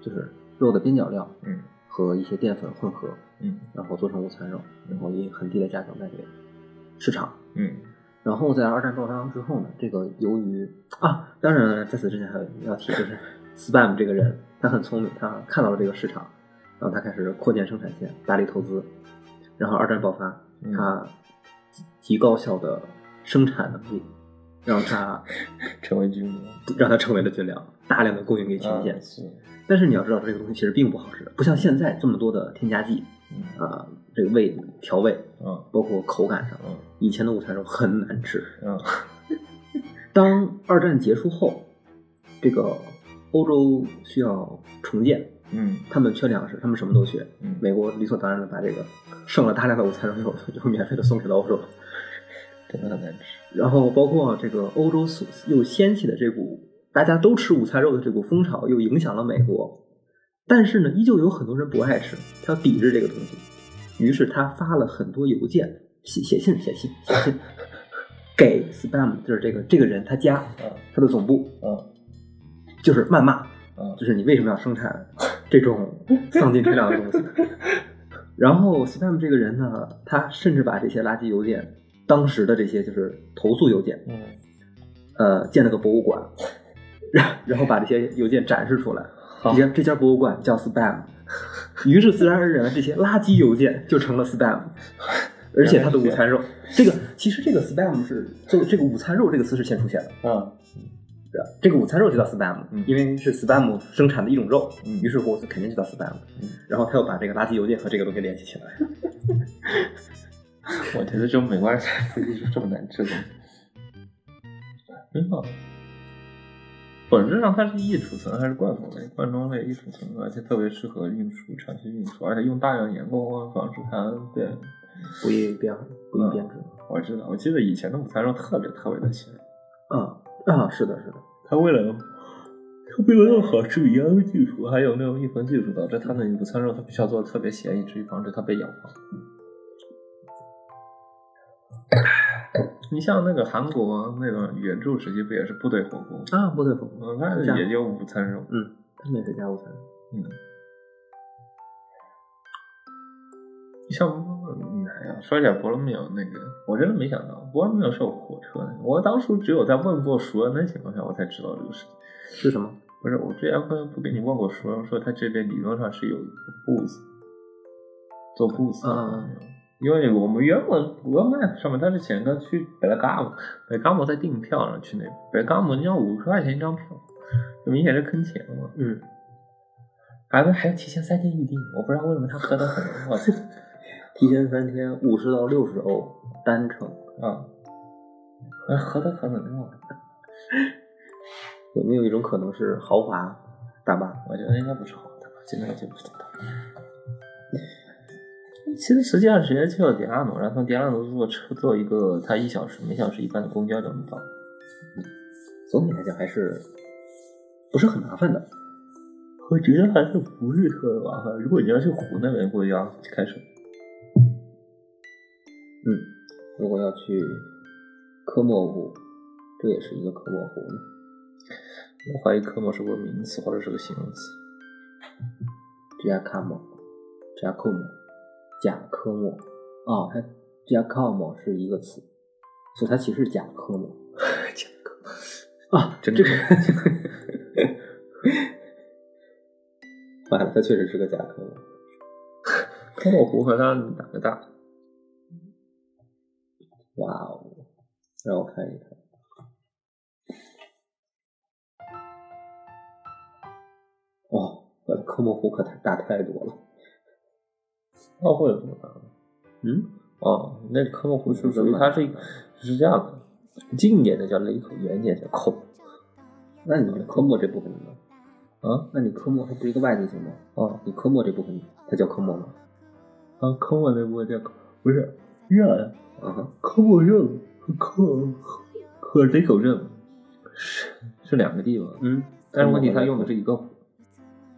Speaker 3: 就是肉的边角料，
Speaker 1: 嗯，
Speaker 3: 和一些淀粉混合，
Speaker 1: 嗯
Speaker 3: 然后做成午餐肉，然后以很低的价格卖给市场。
Speaker 1: 嗯，
Speaker 3: 然后在二战爆发之后呢，这个由于啊，当然了在此之前还有要提，就是 Spam 这个人，他很聪明，他看到了这个市场，然后他开始扩建生产线，大力投资。然后二战爆发，
Speaker 1: 嗯
Speaker 3: 他极高效的生产能力，让他
Speaker 1: 成为军鸟。
Speaker 3: 让他成为了军粮，大量的供应给前线
Speaker 1: 啊。是，
Speaker 3: 但是你要知道，这个东西其实并不好吃的，不像现在这么多的添加剂，
Speaker 1: 嗯
Speaker 3: 啊、这个味调味，
Speaker 1: 嗯
Speaker 3: 包括口感上，
Speaker 1: 嗯
Speaker 3: 以前的午餐肉很难吃。
Speaker 1: 嗯
Speaker 3: *laughs* 当二战结束后，这个欧洲需要重建，
Speaker 1: 嗯
Speaker 3: 他们缺粮食，他们什么都缺。
Speaker 1: 嗯，
Speaker 3: 美国理所当然的把这个剩了大量的午餐肉就就免费的送给了欧洲，
Speaker 1: 真的很难吃。
Speaker 3: 然后包括啊这个欧洲所又掀起的这股大家都吃午餐肉的这股风潮，又影响了美国。但是呢，依旧有很多人不爱吃，他要抵制这个东西。于是他发了很多邮件，写写信，写信，写信，给 spam 就是这个这个人他家
Speaker 1: 嗯
Speaker 3: 他的总部，
Speaker 1: 嗯
Speaker 3: 就是谩骂，
Speaker 1: 嗯
Speaker 3: 就是你为什么要生产这种
Speaker 1: *laughs*
Speaker 3: 丧尽质量的东西？然后 spam 这个人呢，他甚至把这些垃圾邮件，当时的这些就是投诉邮件，
Speaker 1: 嗯，
Speaker 3: 呃，建了个博物馆，然然后把这些邮件展示出来。这家这家博物馆叫 spam，于 *laughs* 是自然而然，这些垃圾邮件就成了 *laughs* spam，而且它的午餐肉，这个其实这个 spam 是就这个午餐肉这个词是先出现的。
Speaker 1: 嗯
Speaker 3: 对吧这个午餐肉就叫 spam，、
Speaker 1: 嗯
Speaker 3: 因为是 spam 生产的一种肉，
Speaker 1: 嗯
Speaker 3: 于是乎肯定就叫 spam、
Speaker 1: 嗯
Speaker 3: 然后他又把这个垃圾邮件和这个东西联系起来。
Speaker 1: 我觉得这种美国人才配做出这么难吃的东西，真好。本质上它是易储存还是罐头类？罐装类易储存，而且特别适合运输、长期运输，而且用大量盐供方式它对
Speaker 3: 不易编，不易编制。
Speaker 1: 我知道，我记得以前的午餐肉特别特别的咸，
Speaker 3: 啊啊，是的，是的，
Speaker 1: 他为了他为了要好吃米浆技术，还有那种预防技术，导致他的午餐肉他必须要做的特别咸，以至于防止它被氧化。你像那个韩国那种援助时期，不也是部队火锅？
Speaker 3: 啊，不对不对，
Speaker 1: 嗯，那也就午餐肉。
Speaker 3: 嗯，他们也是加午餐。
Speaker 1: 像嗯，哎呀，说起来博罗密欧那个，我真的没想到博罗密欧是有火车的。我当初只有在问过熟人的情况下，我才知道这个事情。
Speaker 3: 是什么？
Speaker 1: 不是，我之前不不跟你问过熟人，说他这边理论上是有一个 booth，做 booth 的
Speaker 3: 啊
Speaker 1: 因为我们原本 Google Map 上面它是显示去北拉嘎姆，北拉嘎姆在订票上去那边，北拉嘎姆你要五十块钱一张票，这明显是坑钱嘛。
Speaker 3: 嗯，
Speaker 1: 还还要提前三天预定，我不知道为什么他喝的很，我操！
Speaker 3: 提前三天五十到六十欧单程，
Speaker 1: 啊，那何德何能啊？
Speaker 3: 有没有一种可能是豪华大巴？
Speaker 1: 我觉得应该不是好的吧，现在我就不知道。其实实际上直接去了迪拉努，然后从迪拉努坐车坐一个它一小时每小时一班的公交就能到。
Speaker 3: 总体来讲还是不是很麻烦的。
Speaker 1: 我觉得还是不是特别麻烦。如果你要去湖那边，估计要开车。
Speaker 3: 嗯，如果要去科莫湖，这也是一个科莫湖呢。
Speaker 1: 我怀疑科目是个名词或者是个形容词。
Speaker 3: Giacomo、Giacomo、贾科莫。哦，它 Giacomo 是一个词，所以它其实是贾科莫。 *laughs* 贾科啊，
Speaker 1: 真
Speaker 3: 这个 *laughs* 完了，它确实是个贾科莫。
Speaker 1: 科目湖和它哪个大？
Speaker 3: 哇哦，让我看一看。哦，我的科莫湖可太大太多了。
Speaker 1: 奥会有多大？
Speaker 3: 嗯，
Speaker 1: 哦，那科目湖是属于它是一是这样的，近一点的叫雷口，远一点叫口。
Speaker 3: 那你科莫这部分呢？
Speaker 1: 啊，
Speaker 3: 那你科莫它不是一个外地性吗？
Speaker 1: 哦，
Speaker 3: 你科莫这部分它叫科莫吗？
Speaker 1: 啊，科目那部分叫不是热
Speaker 3: 啊哈，
Speaker 1: 科目热和科和雷口热是是两个地方，
Speaker 3: 嗯，
Speaker 1: 但是问题它用的是一个湖，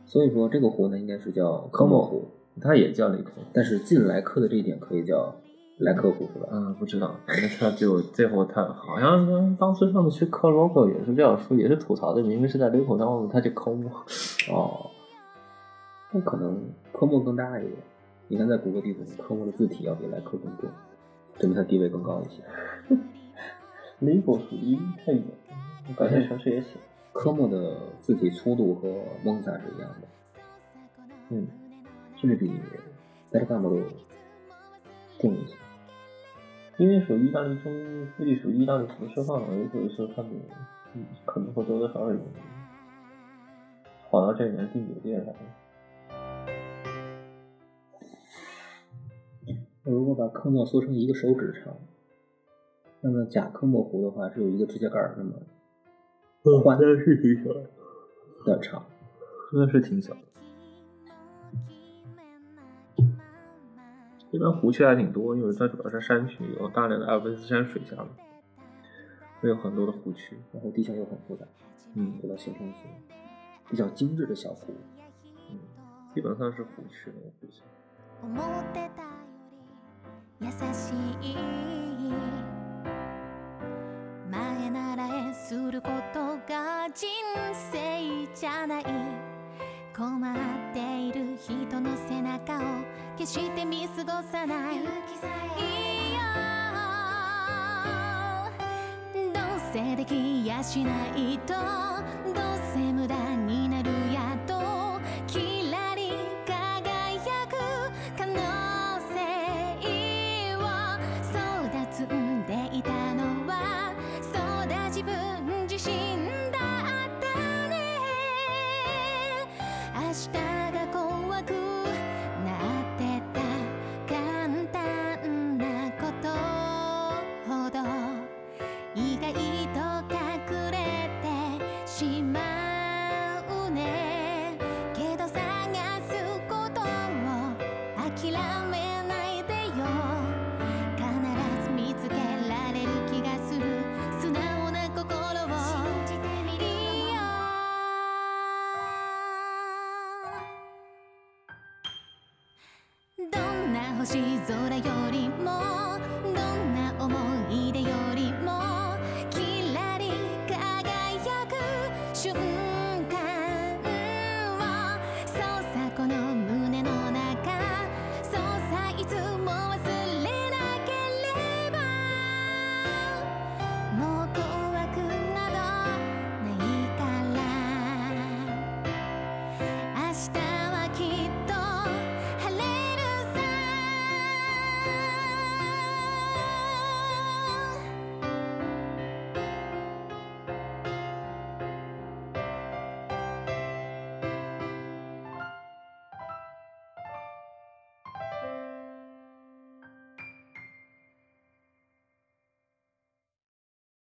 Speaker 3: 所以说这个湖呢应该是叫科莫湖，
Speaker 1: 它也叫雷口。
Speaker 3: 但是进莱克的这一点可以叫莱克湖是吧？
Speaker 1: 嗯，不知道，反正他就最后他好像说当时上次去磕 logo 也是这样说，也是吐槽的，明明是在雷口，但为什么他就抠我？
Speaker 3: 哦，那可能科莫更大一点。你看在谷歌地图上，科莫的字体要比莱克更重，证明它地位更高一些。
Speaker 1: 雷口属于太远，
Speaker 3: 感觉
Speaker 1: 城市也小。
Speaker 3: 科莫的字体粗度和蒙萨是一样的，
Speaker 1: 嗯，
Speaker 3: 甚至比莱克干布鲁重一些。
Speaker 1: 因为属于意大利中，估计属于意大利服饰范围，或者是他们嗯可能会多多少少有跑到这边订酒店来。
Speaker 3: 如果把科莫缩成一个手指长，那么假科莫湖的话只有一个指甲盖儿那么
Speaker 1: 哇，那是挺小的，
Speaker 3: 的长。
Speaker 1: 那是挺小的。这边湖区还挺多，因为它主要是山区，有大量的阿尔卑斯山水下嘛，会有很多的湖区。
Speaker 3: 然后地形又很复杂，
Speaker 1: 嗯，
Speaker 3: 回到形成一些比较精致的小湖。
Speaker 1: 嗯，基本上是湖区了，我估计。
Speaker 5: 思ってたより優しい前ならえすることが人生じゃない困っている人の背中を決して見過ごさないいいよどうせできやしないとどうせ無駄になるやとキラリ輝く可能性をそうだ積んでいたのはそうだ自分自身だったね明日が怖くなってた簡単なことほど意外と隠れてしまうねけど探すことを諦めないでよどんな星空よりもどんな思い出よりも